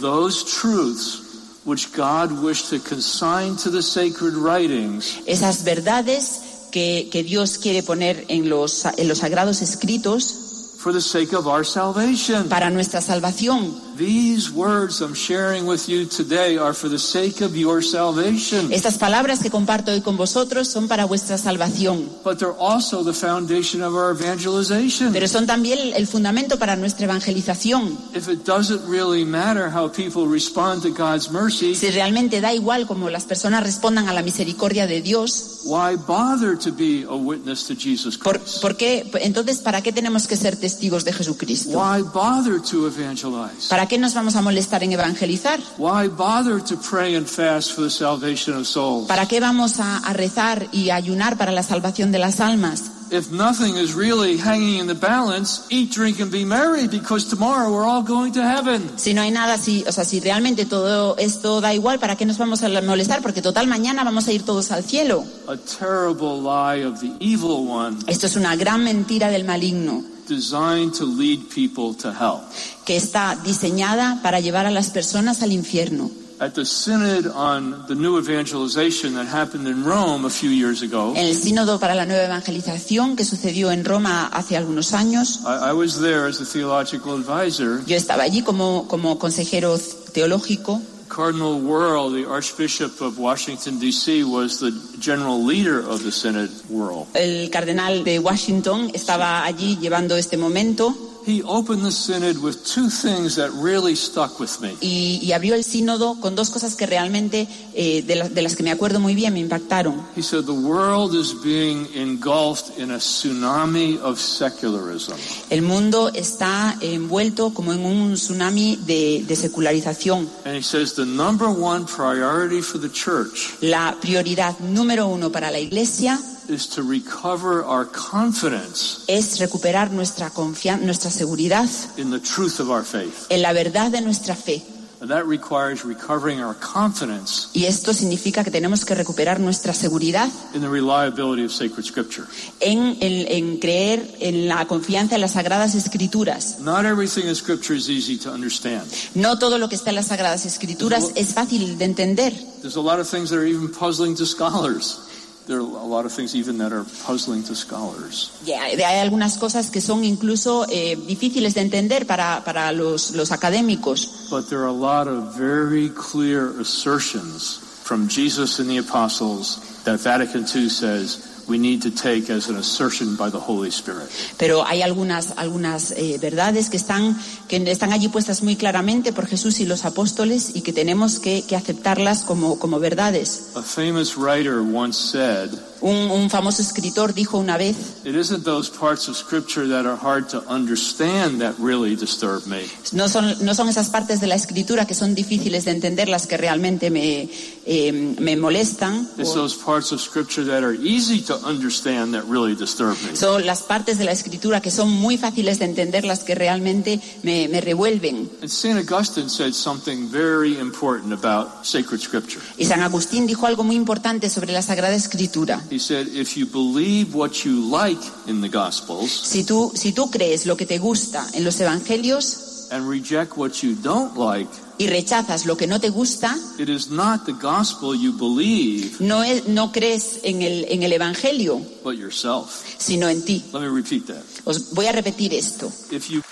Speaker 2: Those truths which God wished to consign to the sacred writings
Speaker 3: Esas verdades que, que Dios quiere poner en los, en los sagrados escritos
Speaker 2: for the sake of our salvation.
Speaker 3: para nuestra salvación.
Speaker 2: These words I'm sharing with you today are for the sake of your salvation,
Speaker 3: Estas palabras que comparto hoy con vosotros son para vuestra salvación.
Speaker 2: but they're also the foundation of our evangelization.
Speaker 3: pero son también el fundamento para nuestra evangelización.
Speaker 2: If it doesn't really matter how people respond to God's mercy,
Speaker 3: Si realmente da igual como las personas respondan a la misericordia de Dios,
Speaker 2: Why bother to be a witness to Jesus
Speaker 3: ¿por,
Speaker 2: Christ?
Speaker 3: por qué, entonces, ¿para qué tenemos que ser testigos de Jesucristo?
Speaker 2: Why bother to evangelize?
Speaker 3: ¿Para qué nos vamos a molestar en evangelizar?
Speaker 2: Why bother to pray and fast for the salvation of souls?
Speaker 3: ¿Para qué vamos a, a rezar y a ayunar para la salvación de las almas?
Speaker 2: If nothing is really hanging in the balance, eat, drink, and be merry because tomorrow we're all going to heaven.
Speaker 3: Si no hay nada, si, o sea, si realmente todo esto da igual, ¿para qué nos vamos a molestar? Porque total mañana vamos a ir todos al cielo.
Speaker 2: A terrible lie of the evil one
Speaker 3: Esto es una gran mentira del maligno
Speaker 2: designed to lead people to hell.
Speaker 3: que está diseñada para llevar a las personas al infierno.
Speaker 2: At the synod on the new evangelization that happened in Rome a few years ago,
Speaker 3: En el sínodo para la nueva evangelización que sucedió en Roma hace algunos años,
Speaker 2: I, I was there as a theological advisor.
Speaker 3: yo estaba allí como, como consejero teológico
Speaker 2: Cardinal Wuerl, the Archbishop of Washington, D.C., was the general leader of the Synod Wuerl.
Speaker 3: El cardenal de Washington estaba allí llevando este momento
Speaker 2: he opened the synod with two things that really stuck with me.
Speaker 3: y, y abrió el sínodo con dos cosas que realmente, eh, de, la- de las que me acuerdo muy bien, me impactaron.
Speaker 2: He said, The world is being engulfed in a tsunami of secularism.
Speaker 3: El mundo está envuelto como en un tsunami de, de secularización.
Speaker 2: And he says, The number one priority for the church
Speaker 3: La prioridad número uno para la Iglesia
Speaker 2: is to recover our confidence
Speaker 3: es recuperar nuestra confianza, nuestra seguridad
Speaker 2: in the truth of our faith.
Speaker 3: en la verdad de nuestra fe.
Speaker 2: And that requires recovering our confidence
Speaker 3: Y esto significa que tenemos que recuperar nuestra seguridad
Speaker 2: in the reliability of sacred scripture.
Speaker 3: en, en- en creer en la confianza en las Sagradas Escrituras.
Speaker 2: Not everything in scripture is easy to understand.
Speaker 3: No todo lo que está en las Sagradas Escrituras es fácil de entender.
Speaker 2: There's a lot of things that are even puzzling to scholars. There are a lot of things even that are puzzling to scholars.
Speaker 3: Y Hay hay algunas cosas que son incluso eh, difíciles de entender para, para los, los académicos,
Speaker 2: But there are a lot of very clear assertions from Jesus and the apostles that Vatican II says we need to take as an assertion by the Holy Spirit.
Speaker 3: pero hay algunas, algunas eh, verdades que están, que están allí puestas muy claramente por Jesús y los apóstoles y que tenemos que, que aceptarlas como, como verdades.
Speaker 2: A famous writer once said,
Speaker 3: Un, un famoso escritor dijo una vez,
Speaker 2: It isn't those parts of Scripture that are hard to understand that really disturb me.
Speaker 3: no son, no son esas partes de la escritura que son difíciles de entender las que realmente me, eh, me molestan.
Speaker 2: It's
Speaker 3: o-
Speaker 2: those parts of Scripture that are easy to understand that really disturb me.
Speaker 3: son las partes de la escritura que son muy fáciles de entender las que realmente me- me revuelven.
Speaker 2: And St. Augustine said something very important about sacred Scripture.
Speaker 3: Y San Agustín dijo algo muy importante sobre la Sagrada Escritura.
Speaker 2: He said, If you believe what you like in the Gospels
Speaker 3: Si tú, si tú crees lo que te gusta en los Evangelios
Speaker 2: and reject what you don't like,
Speaker 3: y rechazas lo que no te gusta,
Speaker 2: it is not the Gospel you believe,
Speaker 3: no, es- no crees en el, en el Evangelio,
Speaker 2: but yourself.
Speaker 3: sino en ti.
Speaker 2: Let me repeat that.
Speaker 3: Os voy a repetir esto.
Speaker 2: If you,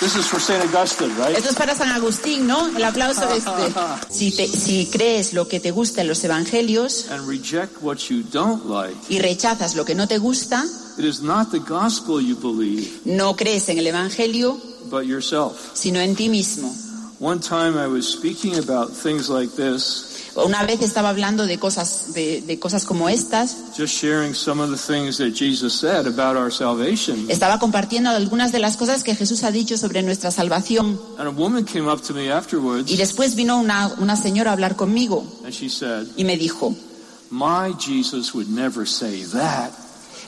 Speaker 2: this is for St. Augustine, right?
Speaker 3: Esto es para San Agustín, ¿no? El aplauso de este. Si, te- si crees lo que te gusta en los Evangelios
Speaker 2: and reject what you don't like.
Speaker 3: y rechazas lo que no te gusta,
Speaker 2: It is not the gospel you believe,
Speaker 3: no crees en el Evangelio,
Speaker 2: but yourself.
Speaker 3: sino en ti mismo.
Speaker 2: One time I was speaking about things like this,
Speaker 3: Una vez estaba hablando de cosas, de- de cosas como estas
Speaker 2: just sharing some of the things that Jesus said about our salvation.
Speaker 3: Estaba compartiendo algunas de las cosas que Jesús ha dicho sobre nuestra salvación
Speaker 2: And a woman came up to me
Speaker 3: y
Speaker 2: afterwards
Speaker 3: después vino una, una señora a hablar conmigo
Speaker 2: and she said,
Speaker 3: y me dijo,
Speaker 2: My Jesus would never say that.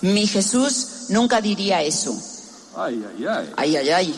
Speaker 3: mi Jesús nunca diría eso.
Speaker 2: Ay, ay, ay.
Speaker 3: Ay, ay, ay.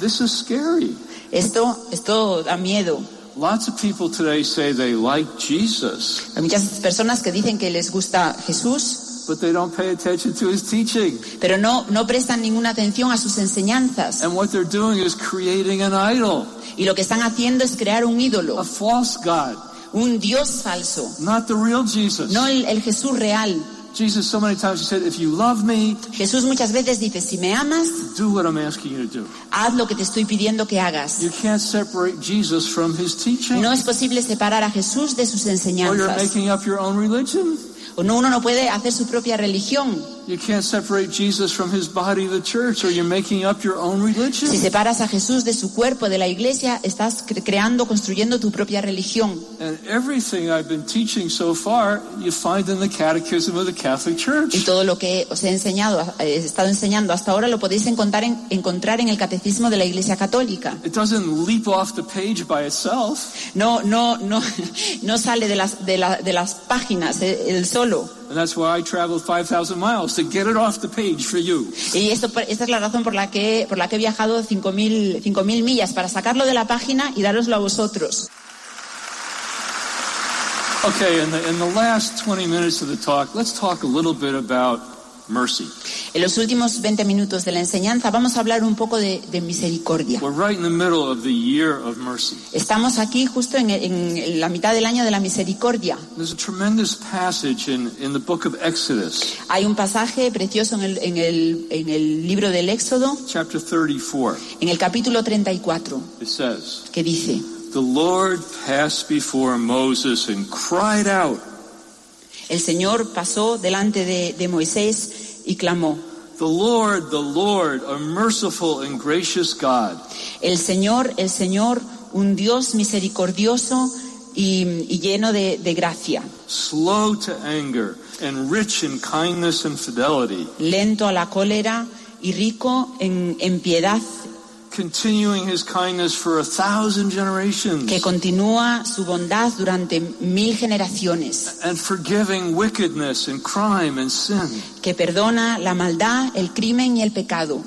Speaker 2: This is scary.
Speaker 3: Esto, esto da miedo.
Speaker 2: Lots of people today say they like Jesus,
Speaker 3: Hay muchas personas que dicen que les gusta Jesús,
Speaker 2: but they don't pay attention to his teaching.
Speaker 3: pero no, no prestan ninguna atención a sus enseñanzas.
Speaker 2: And what they're doing is creating an idol,
Speaker 3: Y lo que están haciendo es crear un
Speaker 2: a
Speaker 3: ídolo,
Speaker 2: false God,
Speaker 3: un Dios falso,
Speaker 2: not the real Jesus.
Speaker 3: no el, el Jesús real.
Speaker 2: Jesus, so many times he said, if you love me,
Speaker 3: Jesús muchas veces dice, si me amas,
Speaker 2: do what I'm asking you to do.
Speaker 3: haz lo que te estoy pidiendo que hagas.
Speaker 2: You can't separate Jesus from his teaching.
Speaker 3: No es posible separar a Jesús de sus
Speaker 2: or you're
Speaker 3: enseñanzas.
Speaker 2: making up your own religion.
Speaker 3: O no, uno no puede hacer su propia religión.
Speaker 2: You can't separate Jesus from his body, the church, or you're making up your own religion.
Speaker 3: Si separas a Jesús de su cuerpo, de la iglesia, estás cre- creando, construyendo tu propia religión.
Speaker 2: And everything I've been teaching so far, you find in the Catechism of the Catholic Church.
Speaker 3: Y todo lo que os he enseñado, eh, he estado enseñando hasta ahora, lo podéis encontrar en, encontrar en el Catecismo de la Iglesia Católica.
Speaker 2: It doesn't leap off the page by itself.
Speaker 3: No, no, no, no sale de las, de la- de las páginas eh, el solo.
Speaker 2: And that's why I traveled 5,000 miles to get it off the page for you.
Speaker 3: Y esto, por- esta es la razón por la que, por la que he viajado 5.000 5.000 millas, para sacarlo de la página y daroslo a vosotros.
Speaker 2: Okay, in the, in the last 20 minutes of the talk, let's talk a little bit about mercy.
Speaker 3: En los últimos 20 minutos de la enseñanza vamos a hablar un poco de, de misericordia.
Speaker 2: We're right in the middle of the year of mercy.
Speaker 3: Estamos aquí justo en, en la mitad del año de la misericordia.
Speaker 2: There's a tremendous passage in, in the book of Exodus,
Speaker 3: Hay un pasaje precioso en el, en el- en el libro del Éxodo,
Speaker 2: chapter 34.
Speaker 3: en el capítulo 34,
Speaker 2: It says,
Speaker 3: que dice,
Speaker 2: The Lord passed before Moses and cried out,
Speaker 3: el Señor pasó delante de, de Moisés y clamó,
Speaker 2: The Lord, the Lord, a merciful and gracious God,
Speaker 3: El Señor, el Señor, un Dios misericordioso y, y lleno de, de gracia,
Speaker 2: slow to anger and rich in kindness and fidelity,
Speaker 3: lento a la cólera y rico en, en piedad,
Speaker 2: continuing his kindness for a thousand generations,
Speaker 3: que continúa su bondad durante mil generaciones,
Speaker 2: and forgiving wickedness and crime and sin.
Speaker 3: que perdona la maldad, el crimen y el pecado.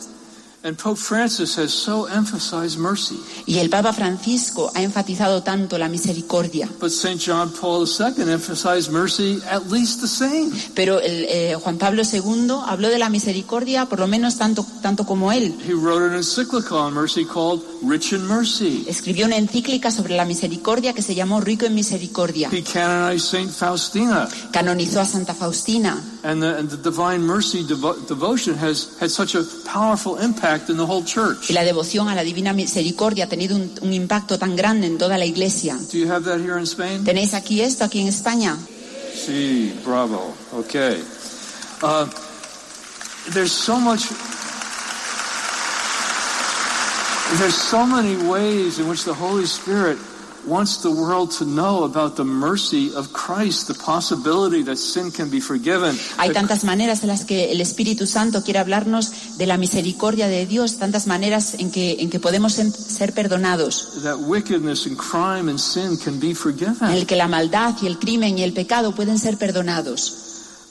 Speaker 2: And Pope Francis has so emphasized mercy.
Speaker 3: Y el Papa Francisco ha enfatizado tanto la misericordia,
Speaker 2: But St. John Paul II emphasized mercy at least the same.
Speaker 3: pero el, eh, Juan Pablo II habló de la misericordia por lo menos tanto, tanto como él.
Speaker 2: He wrote an encyclical on mercy called Rich in Mercy.
Speaker 3: Escribió una encíclica sobre la misericordia que se llamó Rico en Misericordia.
Speaker 2: He canonized St. Faustina.
Speaker 3: Canonizó a Santa Faustina.
Speaker 2: And the, and the divine mercy devo- devotion has had such a powerful impact in the whole church.
Speaker 3: Y la devoción a la divina misericordia ha tenido un, un impacto tan grande en toda la iglesia.
Speaker 2: Do you have that here in Spain?
Speaker 3: ¿Tenéis aquí esto, aquí en España?
Speaker 2: See, bravo. Okay. Uh, there's so much. There's so many ways in which the Holy Spirit wants the world to know about the mercy of Christ, the possibility that sin can be forgiven.
Speaker 3: Hay
Speaker 2: that
Speaker 3: tantas maneras en las que el Espíritu Santo quiere hablarnos de la misericordia de Dios, tantas maneras en que, en que podemos en- ser perdonados,
Speaker 2: that wickedness and crime and sin can be
Speaker 3: en
Speaker 2: forgiven.
Speaker 3: el que la maldad y el crimen y el pecado pueden ser perdonados.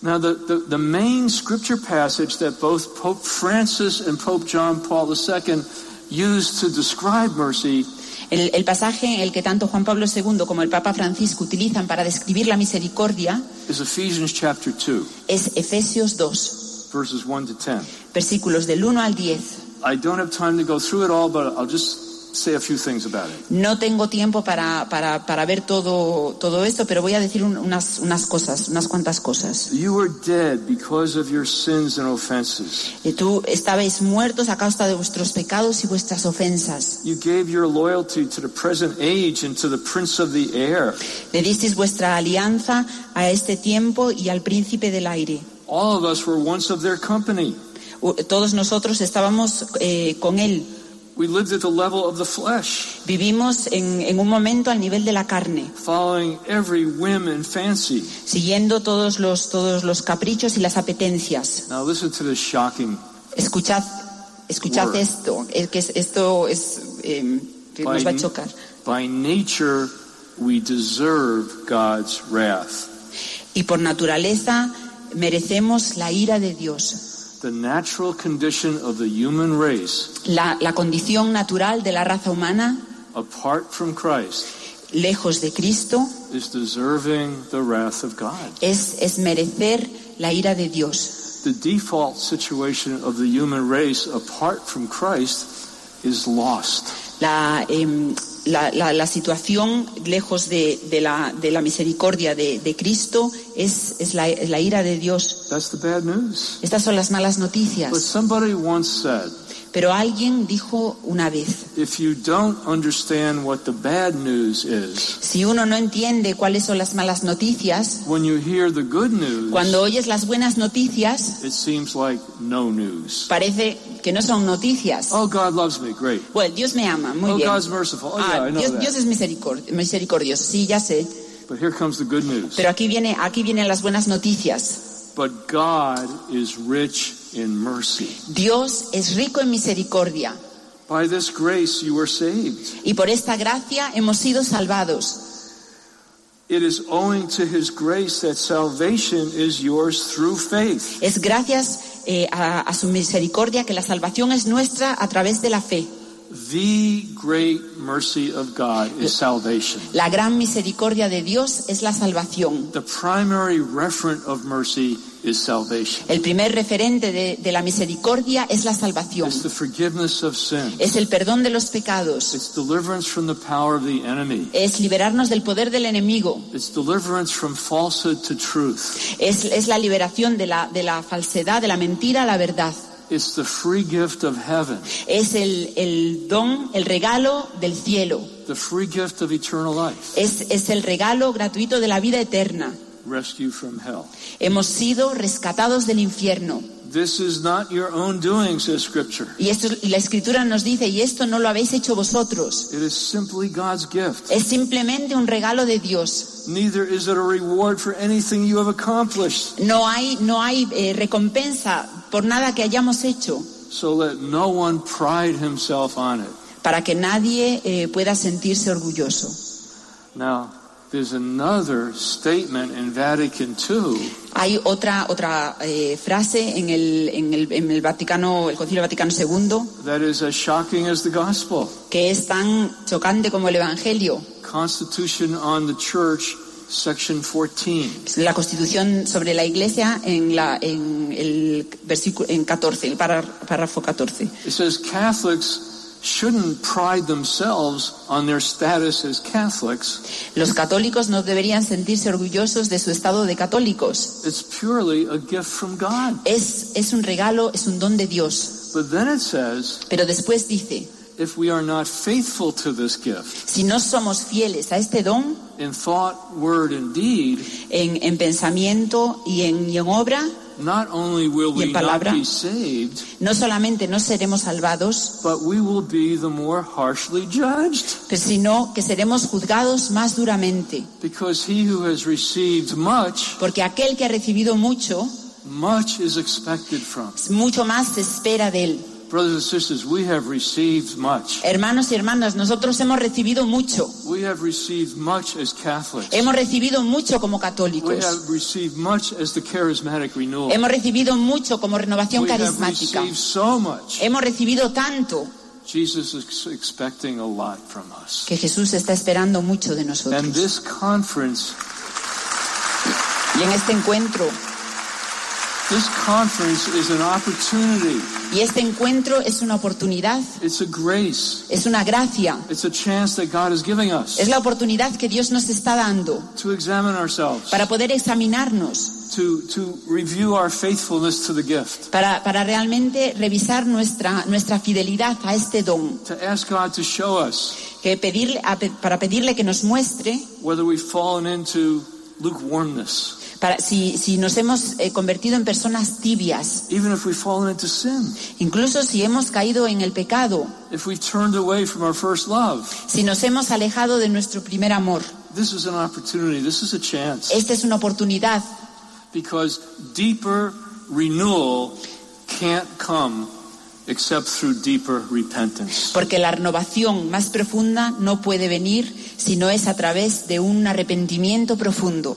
Speaker 2: Now, the, the, the main scripture passage that both Pope Francis and Pope John Paul II used to describe mercy
Speaker 3: El, el pasaje en el que tanto Juan Pablo II como el Papa Francisco utilizan para describir la misericordia
Speaker 2: is Ephesians chapter 2,
Speaker 3: es Efesios 2,
Speaker 2: verses 1 to 10.
Speaker 3: versículos del 1 al 10.
Speaker 2: I don't have time to go through it all, but I'll just say a few things about it.
Speaker 3: No tengo tiempo para, para, para ver todo, todo esto, pero voy a decir un- unas, unas cosas, unas cuantas cosas.
Speaker 2: You were dead because of your sins and offenses.
Speaker 3: Y tú estabais muertos a causa de vuestros pecados y vuestras ofensas.
Speaker 2: You gave your loyalty to the present age and to the prince of the air.
Speaker 3: Le disteis vuestra alianza a este tiempo y al príncipe del aire.
Speaker 2: All of us were once of their company.
Speaker 3: U- Todos nosotros estábamos eh, con él.
Speaker 2: We lived at the level of the flesh,
Speaker 3: Vivimos en, en un momento al nivel de la carne,
Speaker 2: following every whim and fancy.
Speaker 3: siguiendo todos los, todos los caprichos y las apetencias.
Speaker 2: Now listen to this shocking
Speaker 3: Escuchad, escuchad
Speaker 2: Word.
Speaker 3: esto, es que es- esto es, eh, que nos va a
Speaker 2: Biden.
Speaker 3: chocar.
Speaker 2: By nature, we deserve God's wrath.
Speaker 3: y por naturaleza merecemos la ira de Dios.
Speaker 2: The natural condition of the human race,
Speaker 3: La, la condición natural de la raza humana,
Speaker 2: apart from Christ,
Speaker 3: lejos de Cristo,
Speaker 2: is deserving the wrath of God.
Speaker 3: es, es merecer la ira de Dios.
Speaker 2: The default situation of the human race, apart from Christ, is lost.
Speaker 3: La, em, la, la- la situación lejos de, de la, de la misericordia de, de Cristo es, es la, es la ira de Dios.
Speaker 2: That's the bad news.
Speaker 3: Estas son las malas
Speaker 2: But
Speaker 3: noticias.
Speaker 2: somebody once said,
Speaker 3: Pero alguien dijo una vez,
Speaker 2: if you don't understand what the bad news is,
Speaker 3: si uno no entiende cuáles son las malas noticias,
Speaker 2: when you hear the good news,
Speaker 3: cuando oyes las buenas noticias,
Speaker 2: it seems like no news.
Speaker 3: parece que no son noticias.
Speaker 2: Oh, God loves me. Great.
Speaker 3: Bueno, Dios me ama, muy
Speaker 2: oh,
Speaker 3: bien.
Speaker 2: God's merciful. Oh, yeah,
Speaker 3: Ah,
Speaker 2: I know
Speaker 3: Dios,
Speaker 2: that.
Speaker 3: Dios es misericordi- misericordioso, sí, ya sé.
Speaker 2: But here comes the good news.
Speaker 3: Pero aquí, viene, aquí vienen las buenas noticias.
Speaker 2: But God is rich in mercy.
Speaker 3: Dios es rico en misericordia
Speaker 2: By this grace you are saved.
Speaker 3: y por esta gracia hemos sido salvados.
Speaker 2: It is owing to his grace that salvation is yours through faith.
Speaker 3: Es gracias eh, a, a su misericordia que la salvación es nuestra a través de la fe.
Speaker 2: The great mercy of God is salvation.
Speaker 3: La gran misericordia de Dios es la salvación.
Speaker 2: The primary referent of mercy is salvation.
Speaker 3: El primer referente de, de la misericordia es la salvación.
Speaker 2: It's the forgiveness of sin.
Speaker 3: Es el perdón de los pecados.
Speaker 2: It's deliverance from the power of the enemy.
Speaker 3: Es liberarnos del poder del enemigo.
Speaker 2: It's deliverance from falsehood to truth.
Speaker 3: Es, es la liberación de la, de la falsedad, de la mentira a la verdad.
Speaker 2: It's the free gift of heaven,
Speaker 3: Es el, el don, el regalo del cielo.
Speaker 2: the free gift of eternal life,
Speaker 3: Es, es el regalo gratuito de la vida eterna.
Speaker 2: rescue from hell.
Speaker 3: Hemos sido rescatados del infierno.
Speaker 2: This is not your own doing, says Scripture.
Speaker 3: Y, esto, y la escritura nos dice, y esto no lo habéis hecho vosotros.
Speaker 2: It is simply God's gift.
Speaker 3: Es simplemente un regalo de Dios.
Speaker 2: Neither is it a reward for anything you have accomplished.
Speaker 3: No hay, no hay eh, recompensa por nada que hayamos hecho
Speaker 2: So let no one pride himself on it.
Speaker 3: para que nadie eh, pueda sentirse orgulloso.
Speaker 2: Now, there's another statement in Vatican II
Speaker 3: Hay otra, otra eh, frase en el, en, el, en el Vaticano, el Concilio Vaticano II,
Speaker 2: that is as shocking as the gospel.
Speaker 3: que es tan chocante como el Evangelio.
Speaker 2: Constitution on the Church, section 14.
Speaker 3: La Constitución sobre la Iglesia en, la, en el versículo en 14, el parar- párrafo 14.
Speaker 2: It says Catholics shouldn't pride themselves on their status as Catholics.
Speaker 3: Los católicos no deberían sentirse orgullosos de su estado de católicos.
Speaker 2: It's purely a gift from God.
Speaker 3: Es, es un regalo, es un don de Dios.
Speaker 2: But then it says,
Speaker 3: Pero después dice,
Speaker 2: if we are not faithful to this gift
Speaker 3: si no somos fieles a este don,
Speaker 2: in thought, word, and deed,
Speaker 3: en, en pensamiento y en, y en obra,
Speaker 2: not only will
Speaker 3: Y
Speaker 2: we
Speaker 3: en
Speaker 2: not
Speaker 3: palabra.
Speaker 2: be saved,
Speaker 3: no solamente no seremos salvados,
Speaker 2: but we will be the more harshly judged.
Speaker 3: pero sino que seremos juzgados más duramente,
Speaker 2: Because he who has received much,
Speaker 3: porque aquel que ha recibido mucho,
Speaker 2: much is expected from.
Speaker 3: mucho más se espera de él.
Speaker 2: Brothers and sisters, we have received much.
Speaker 3: Hermanos y hermanas, nosotros hemos recibido mucho,
Speaker 2: We have received much as Catholics.
Speaker 3: hemos recibido mucho como
Speaker 2: We
Speaker 3: católicos,
Speaker 2: have received much as the charismatic renewal.
Speaker 3: hemos recibido mucho como renovación
Speaker 2: We have
Speaker 3: carismática,
Speaker 2: received so much.
Speaker 3: hemos recibido tanto
Speaker 2: Jesus is ex- expecting a lot from us.
Speaker 3: que Jesús está esperando mucho de
Speaker 2: And
Speaker 3: nosotros.
Speaker 2: this conference,
Speaker 3: Y en este encuentro,
Speaker 2: this conference is an opportunity.
Speaker 3: y este encuentro es una oportunidad,
Speaker 2: It's a grace.
Speaker 3: es una gracia,
Speaker 2: It's a chance that God is giving us
Speaker 3: es la oportunidad que Dios nos está dando
Speaker 2: to examine ourselves,
Speaker 3: para poder examinarnos
Speaker 2: to, to review our faithfulness to the gift,
Speaker 3: para, para realmente revisar nuestra, nuestra fidelidad a este don,
Speaker 2: to ask God to show us
Speaker 3: que pedirle, a pe- para pedirle que nos muestre
Speaker 2: whether we've fallen into lukewarmness,
Speaker 3: para, si, si nos hemos eh, convertido en personas tibias,
Speaker 2: even if we've fallen into sin,
Speaker 3: incluso si hemos caído en el pecado,
Speaker 2: if we've turned away from our first love.
Speaker 3: si nos hemos alejado de nuestro primer amor.
Speaker 2: This is an opportunity. This is a chance.
Speaker 3: Esta es una oportunidad,
Speaker 2: Because deeper renewal can't come except through deeper repentance.
Speaker 3: porque la renovación más profunda no puede venir si no es a través de un arrepentimiento profundo.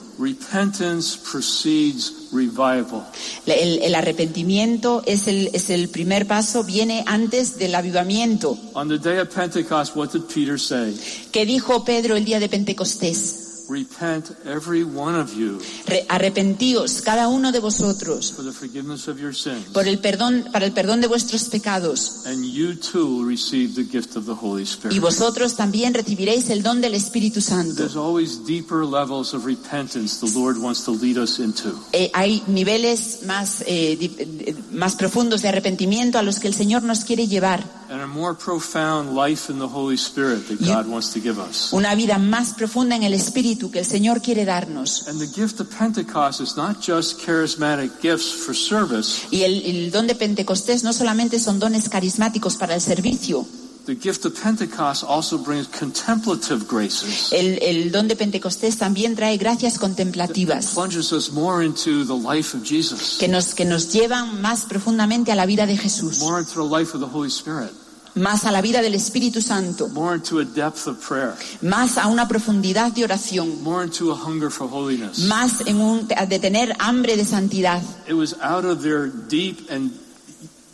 Speaker 2: Repentance precedes revival.
Speaker 3: La- El, el arrepentimiento es el, es el primer paso, viene antes del avivamiento.
Speaker 2: On the day of Pentecost, what did Peter say?
Speaker 3: ¿Qué dijo Pedro el día de Pentecostés?
Speaker 2: Repent, every one of you,
Speaker 3: Re- arrepentíos cada uno de vosotros
Speaker 2: for the forgiveness of your sins,
Speaker 3: por el perdón, para el perdón de vuestros pecados,
Speaker 2: and you too will receive the gift of the Holy
Speaker 3: y
Speaker 2: Spirit.
Speaker 3: vosotros también recibiréis el don del Espíritu Santo.
Speaker 2: There's always deeper levels of repentance the Lord wants to lead us into.
Speaker 3: Eh, hay niveles más, eh, di- eh, más profundos de arrepentimiento a los que el Señor nos quiere llevar,
Speaker 2: and a more profound life in the Holy Spirit that
Speaker 3: You-
Speaker 2: God wants to give us.
Speaker 3: una vida más profunda en el Espíritu que el Señor quiere darnos.
Speaker 2: And the gift of Pentecost is not just charismatic gifts for service.
Speaker 3: Y el, el don de Pentecostés no solamente son dones carismáticos para el servicio,
Speaker 2: The gift of Pentecost also brings contemplative graces.
Speaker 3: el, el don de Pentecostés también trae gracias contemplativas.
Speaker 2: Plunges us more into the life of Jesus,
Speaker 3: que nos, que nos llevan más profundamente a la vida de Jesús,
Speaker 2: more into the life of the Holy Spirit,
Speaker 3: más a la vida del Espíritu Santo,
Speaker 2: more into a depth of prayer,
Speaker 3: más a una profundidad de oración,
Speaker 2: more into a hunger for holiness.
Speaker 3: más en un, de tener hambre de santidad.
Speaker 2: It was out of their deep and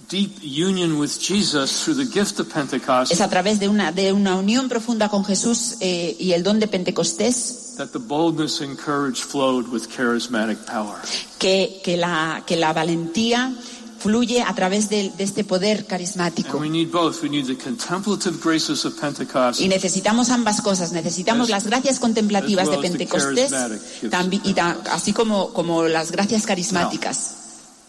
Speaker 2: deep union with Jesus through the gift of Pentecost
Speaker 3: Es a través de una, de una unión profunda con Jesús eh, y el don de Pentecostés
Speaker 2: that the boldness and courage flowed with charismatic power.
Speaker 3: que, que, la, que la valentía fluye a través de, de este poder
Speaker 2: And
Speaker 3: carismático.
Speaker 2: we need both. We need the contemplative graces of Pentecost
Speaker 3: Y necesitamos ambas cosas, necesitamos las gracias contemplativas de Pentecostés tambi- y ta- así como, como las gracias carismáticas.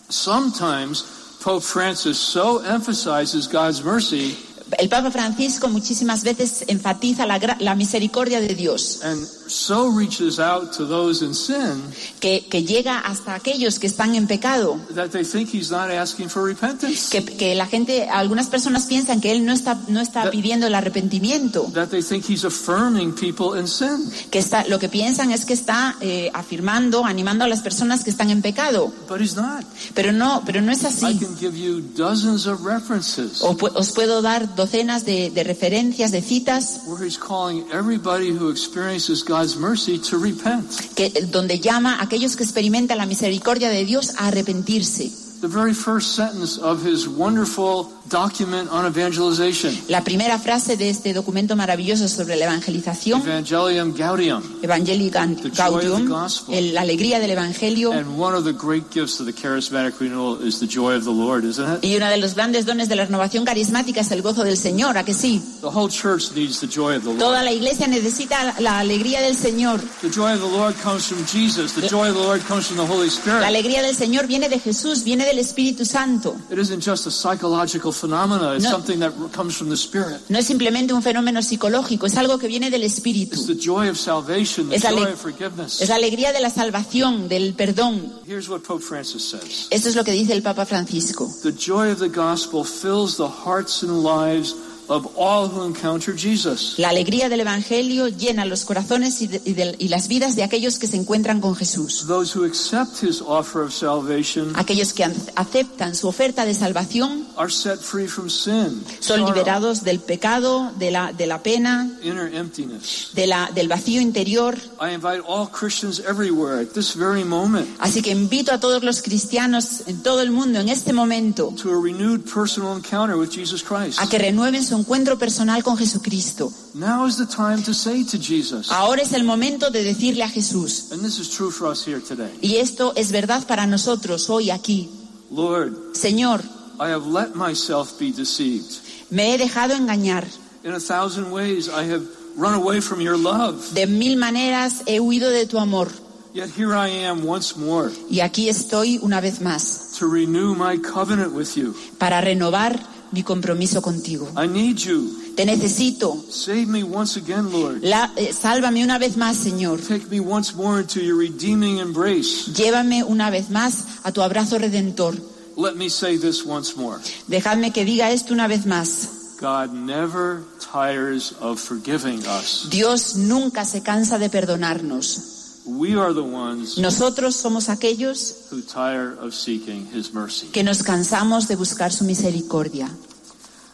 Speaker 2: Sometimes Pope Francis so emphasizes God's mercy
Speaker 3: Eh, El Papa Francisco muchísimas veces enfatiza la, gra- la misericordia de Dios,
Speaker 2: and so reaches out to those in sin
Speaker 3: que, que llega hasta aquellos que están en pecado.
Speaker 2: that they think he's not asking for repentance,
Speaker 3: Que, que la gente, algunas personas piensan que él no está, no está pidiendo el arrepentimiento,
Speaker 2: that they think he's affirming people in sin.
Speaker 3: que está, lo que piensan es que está eh, afirmando, animando a las personas que están en pecado,
Speaker 2: But he's not.
Speaker 3: pero no, pero no es
Speaker 2: I
Speaker 3: así.
Speaker 2: can give you dozens of references
Speaker 3: O pu- os puedo dar docenas de- de referencias, de citas
Speaker 2: where he's calling everybody who experiences God's mercy to repent.
Speaker 3: que, donde llama a aquellos que experimentan la misericordia de Dios a arrepentirse.
Speaker 2: The very first sentence of his wonderful document on evangelization,
Speaker 3: La primera frase de este documento maravilloso sobre la evangelización,
Speaker 2: Evangelium Gaudium,
Speaker 3: Evangelii
Speaker 2: The
Speaker 3: Gan-
Speaker 2: joy of the
Speaker 3: Gaudium,
Speaker 2: gospel.
Speaker 3: el- la alegría del Evangelio,
Speaker 2: and one of the great gifts of the charismatic renewal is the joy of the Lord, isn't it?
Speaker 3: y uno de los grandes dones de la renovación carismática es el gozo del Señor, ¿a que sí?
Speaker 2: The whole church needs the joy of the Lord.
Speaker 3: Toda la iglesia necesita la- la alegría del Señor.
Speaker 2: The joy of the Lord comes from Jesus. The joy of the Lord comes from the Holy
Speaker 3: La
Speaker 2: Spirit.
Speaker 3: alegría del Señor viene de Jesús, viene del Espíritu Santo.
Speaker 2: It isn't just a psychological phenomena. It's
Speaker 3: No.
Speaker 2: something that comes from the Spirit.
Speaker 3: No es simplemente un fenómeno psicológico, es algo que viene del
Speaker 2: It's
Speaker 3: Espíritu.
Speaker 2: the joy of salvation, the
Speaker 3: Es la
Speaker 2: joy
Speaker 3: ale-
Speaker 2: of forgiveness.
Speaker 3: Es la alegría de la salvación, del perdón.
Speaker 2: Here's what Pope Francis says.
Speaker 3: Esto es lo que dice el Papa Francisco.
Speaker 2: The joy of the gospel fills the hearts and lives of all who encounter Jesus.
Speaker 3: La alegría del Evangelio llena los corazones y, de- y del- y las vidas de aquellos que se encuentran con Jesús,
Speaker 2: Those who accept his offer of salvation
Speaker 3: aquellos que an- aceptan su oferta de salvación.
Speaker 2: are set free from sin,
Speaker 3: Son
Speaker 2: sorrow,
Speaker 3: liberados del pecado, de la, de la pena,
Speaker 2: inner emptiness.
Speaker 3: de la, del vacío interior.
Speaker 2: I invite all Christians everywhere at this very moment
Speaker 3: Así que invito a todos los cristianos en todo el mundo en este momento
Speaker 2: to a renewed personal encounter with Jesus
Speaker 3: a
Speaker 2: Christ.
Speaker 3: que renueven su encuentro personal con Jesucristo.
Speaker 2: Now is the time to say to Jesus,
Speaker 3: Ahora es el momento de decirle a Jesús,
Speaker 2: and this is true for us here today,
Speaker 3: y esto es verdad para nosotros hoy aquí,
Speaker 2: Lord,
Speaker 3: Señor,
Speaker 2: I have let myself be deceived.
Speaker 3: me he dejado engañar.
Speaker 2: In a thousand ways I have run away from your love,
Speaker 3: De mil maneras he huido de tu amor.
Speaker 2: yet here I am once more
Speaker 3: Y aquí estoy una vez más
Speaker 2: to renew my covenant with you.
Speaker 3: para renovar mi compromiso contigo.
Speaker 2: I need you.
Speaker 3: Te necesito.
Speaker 2: Save me once again, Lord.
Speaker 3: La- eh, sálvame una vez más, Señor.
Speaker 2: Take me once more into your redeeming embrace.
Speaker 3: Llévame una vez más a tu abrazo redentor.
Speaker 2: Let me say this once more.
Speaker 3: Dejadme que diga esto una vez más.
Speaker 2: God never tires of forgiving us.
Speaker 3: Dios nunca se cansa de perdonarnos.
Speaker 2: We are the ones
Speaker 3: Nosotros somos aquellos
Speaker 2: who tire of seeking his mercy.
Speaker 3: que nos cansamos de buscar su misericordia.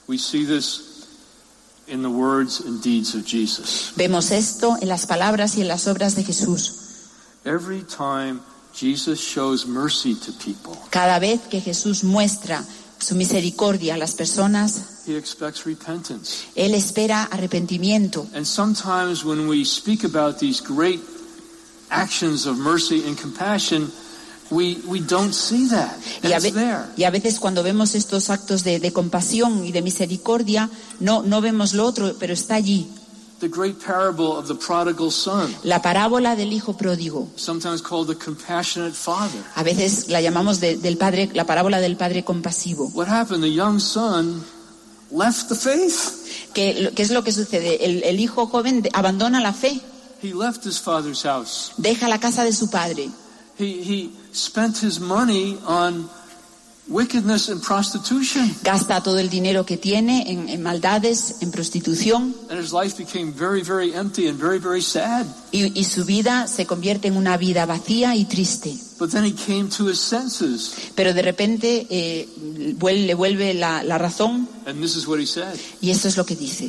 Speaker 2: We see this in the words and deeds of Jesus.
Speaker 3: Vemos esto en las palabras y en las obras de Jesús.
Speaker 2: Every time Jesus shows mercy to people,
Speaker 3: Cada vez que Jesús muestra su misericordia a las personas,
Speaker 2: he expects repentance.
Speaker 3: Él espera arrepentimiento.
Speaker 2: And sometimes when we speak about these great actions of mercy and compassion, we, we don't see that.
Speaker 3: Y a,
Speaker 2: It's
Speaker 3: ve-
Speaker 2: there.
Speaker 3: y a veces cuando vemos estos actos de, de compasión y de misericordia, no, no vemos lo otro, pero está allí.
Speaker 2: The great parable of the prodigal son,
Speaker 3: La parábola del hijo pródigo.
Speaker 2: sometimes called the compassionate father.
Speaker 3: A veces la llamamos de- del padre, la parábola del padre compasivo.
Speaker 2: What happened? The young son left the faith.
Speaker 3: ¿Qué, lo- qué es lo que sucede? El, el hijo joven de- abandona la fe,
Speaker 2: He left his father's house.
Speaker 3: deja la casa de su padre,
Speaker 2: He, he spent his money on wickedness and prostitution,
Speaker 3: gasta todo el dinero que tiene en, en maldades, en prostitución,
Speaker 2: and his life became very, very empty and very, very sad.
Speaker 3: y, y su vida se convierte en una vida vacía y triste.
Speaker 2: But then he came to his senses,
Speaker 3: Pero de repente eh, vuel- le vuelve la- la razón
Speaker 2: and this is what he said.
Speaker 3: Y esto es lo que dice.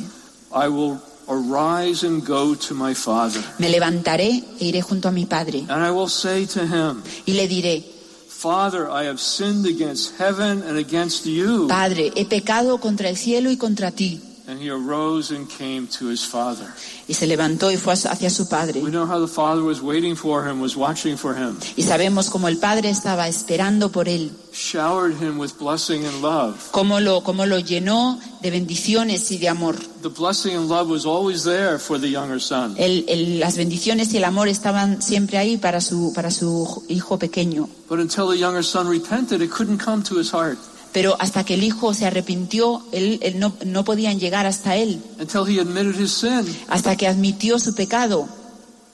Speaker 2: I will arise and go to my father,
Speaker 3: Me levantaré e iré junto a mi padre
Speaker 2: and I will say to him,
Speaker 3: y le diré,
Speaker 2: Father, I have sinned against heaven and against you.
Speaker 3: Padre, he pecado contra el cielo y contra ti.
Speaker 2: And he arose and came to his father.
Speaker 3: Y se levantó y fue hacia su padre.
Speaker 2: We know how the father was waiting for him, was watching for him,
Speaker 3: Y sabemos cómo el padre estaba esperando por él,
Speaker 2: showered him with blessing and love.
Speaker 3: cómo lo, cómo lo llenó de bendiciones y de amor.
Speaker 2: The blessing and love was always there for the younger son.
Speaker 3: El- el- las bendiciones y el amor estaban siempre ahí para su, para su hijo pequeño.
Speaker 2: But until the younger son repented, it couldn't come to his heart.
Speaker 3: pero hasta que el hijo se arrepintió, él, él no, no podían llegar hasta él,
Speaker 2: Until he admitted his sin,
Speaker 3: hasta que admitió su pecado.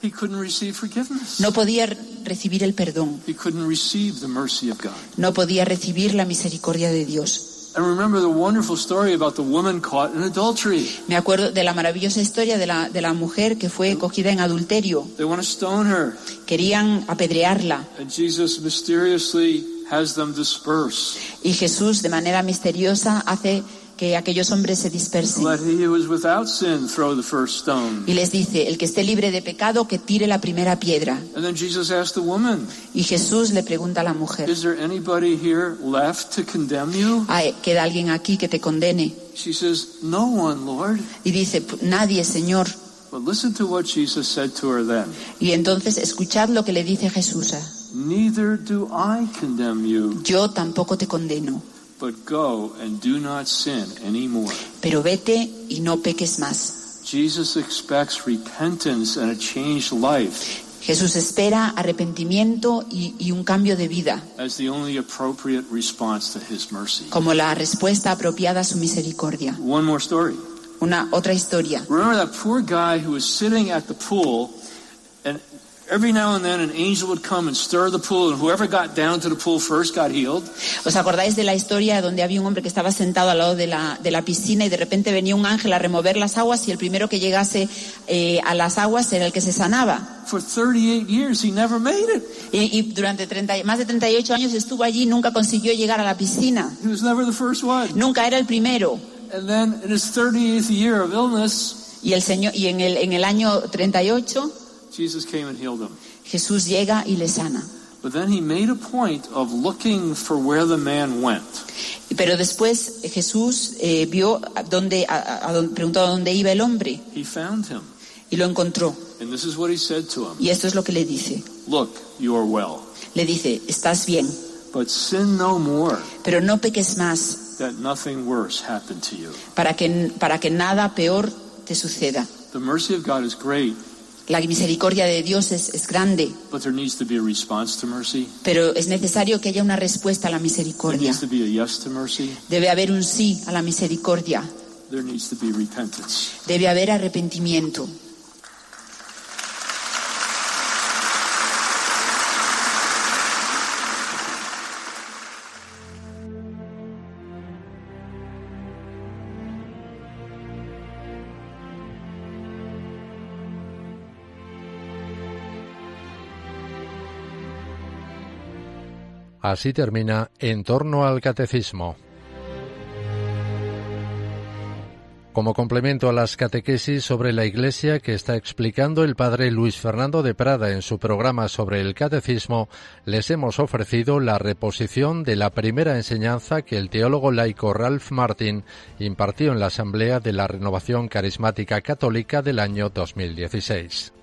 Speaker 2: he couldn't receive forgiveness.
Speaker 3: No podía re- recibir el perdón,
Speaker 2: He couldn't receive the mercy of God.
Speaker 3: no podía recibir la misericordia de Dios.
Speaker 2: And remember the wonderful story about the woman caught in adultery.
Speaker 3: Me acuerdo de la maravillosa historia de la, de la mujer que fue cogida en adulterio.
Speaker 2: They want to stone her.
Speaker 3: Querían apedrearla
Speaker 2: And Jesus mysteriously has them disperse.
Speaker 3: y Jesús de manera misteriosa hace que aquellos hombres se dispersen.
Speaker 2: Let he who is without sin throw the first stone.
Speaker 3: Y les dice, el que esté libre de pecado, que tire la primera piedra.
Speaker 2: And then Jesus asked the woman,
Speaker 3: Y Jesús le pregunta a la mujer,
Speaker 2: Is there anybody here left to condemn you?
Speaker 3: "Ah, eh, ¿queda alguien aquí que te condene?
Speaker 2: She says, No one, Lord.
Speaker 3: Y dice, "P- nadie, Señor.
Speaker 2: But listen to what Jesus said to her then.
Speaker 3: Y entonces escuchad lo que le dice Jesús, "Ah,
Speaker 2: Neither do I condemn you,
Speaker 3: yo tampoco te condeno,
Speaker 2: but go and do not sin anymore.
Speaker 3: pero vete y no peques más.
Speaker 2: Jesus expects repentance and a changed life
Speaker 3: Jesús espera arrepentimiento y, y un cambio de vida
Speaker 2: as the only appropriate response to his mercy.
Speaker 3: como la respuesta apropiada a su misericordia.
Speaker 2: One more story.
Speaker 3: Una otra historia.
Speaker 2: Remember that poor guy who was sitting at the pool, and every now and then an angel would come and stir the pool, and whoever got down to the pool first got healed.
Speaker 3: ¿Os acordáis de la historia donde había un hombre que estaba sentado al lado de la, de la piscina y de repente venía un ángel a remover las aguas y el primero que llegase eh, a las aguas era el que se sanaba?
Speaker 2: For 38 years, he never made it.
Speaker 3: Y, y durante 30 y- más de 38 años estuvo allí y nunca consiguió llegar a la piscina.
Speaker 2: He was never the first one.
Speaker 3: Nunca era el primero.
Speaker 2: And then in his 38th year of illness,
Speaker 3: Y, el señor, y en, el, en el año 38
Speaker 2: Jesus came and healed him.
Speaker 3: Jesús llega y le sana.
Speaker 2: But then he made a point of looking for where the man went.
Speaker 3: Pero después Jesús eh, vio a dónde, a- a- a dónde- preguntó a dónde iba el hombre
Speaker 2: He found him.
Speaker 3: y lo encontró.
Speaker 2: And this is what he said to him
Speaker 3: Y esto es lo que le dice.
Speaker 2: Look, you are well,
Speaker 3: Le dice, estás bien,
Speaker 2: but sin no more,
Speaker 3: pero no peques más.
Speaker 2: that nothing worse happen to you.
Speaker 3: para que, para que nada peor te suceda.
Speaker 2: The mercy of God is great,
Speaker 3: La misericordia de Dios es, es grande,
Speaker 2: but there needs to be a response to mercy.
Speaker 3: pero es necesario que haya una respuesta a la
Speaker 2: There
Speaker 3: misericordia.
Speaker 2: needs to be a yes to mercy.
Speaker 3: Debe haber un sí a la misericordia,
Speaker 2: There needs to be repentance.
Speaker 3: debe haber arrepentimiento.
Speaker 1: Así termina En torno al catecismo. Como complemento a las catequesis sobre la Iglesia que está explicando el padre Luis Fernando de Prada en su programa sobre el catecismo, les hemos ofrecido la reposición de la primera enseñanza que el teólogo laico Ralph Martin impartió en la Asamblea de la Renovación Carismática Católica del año 2016.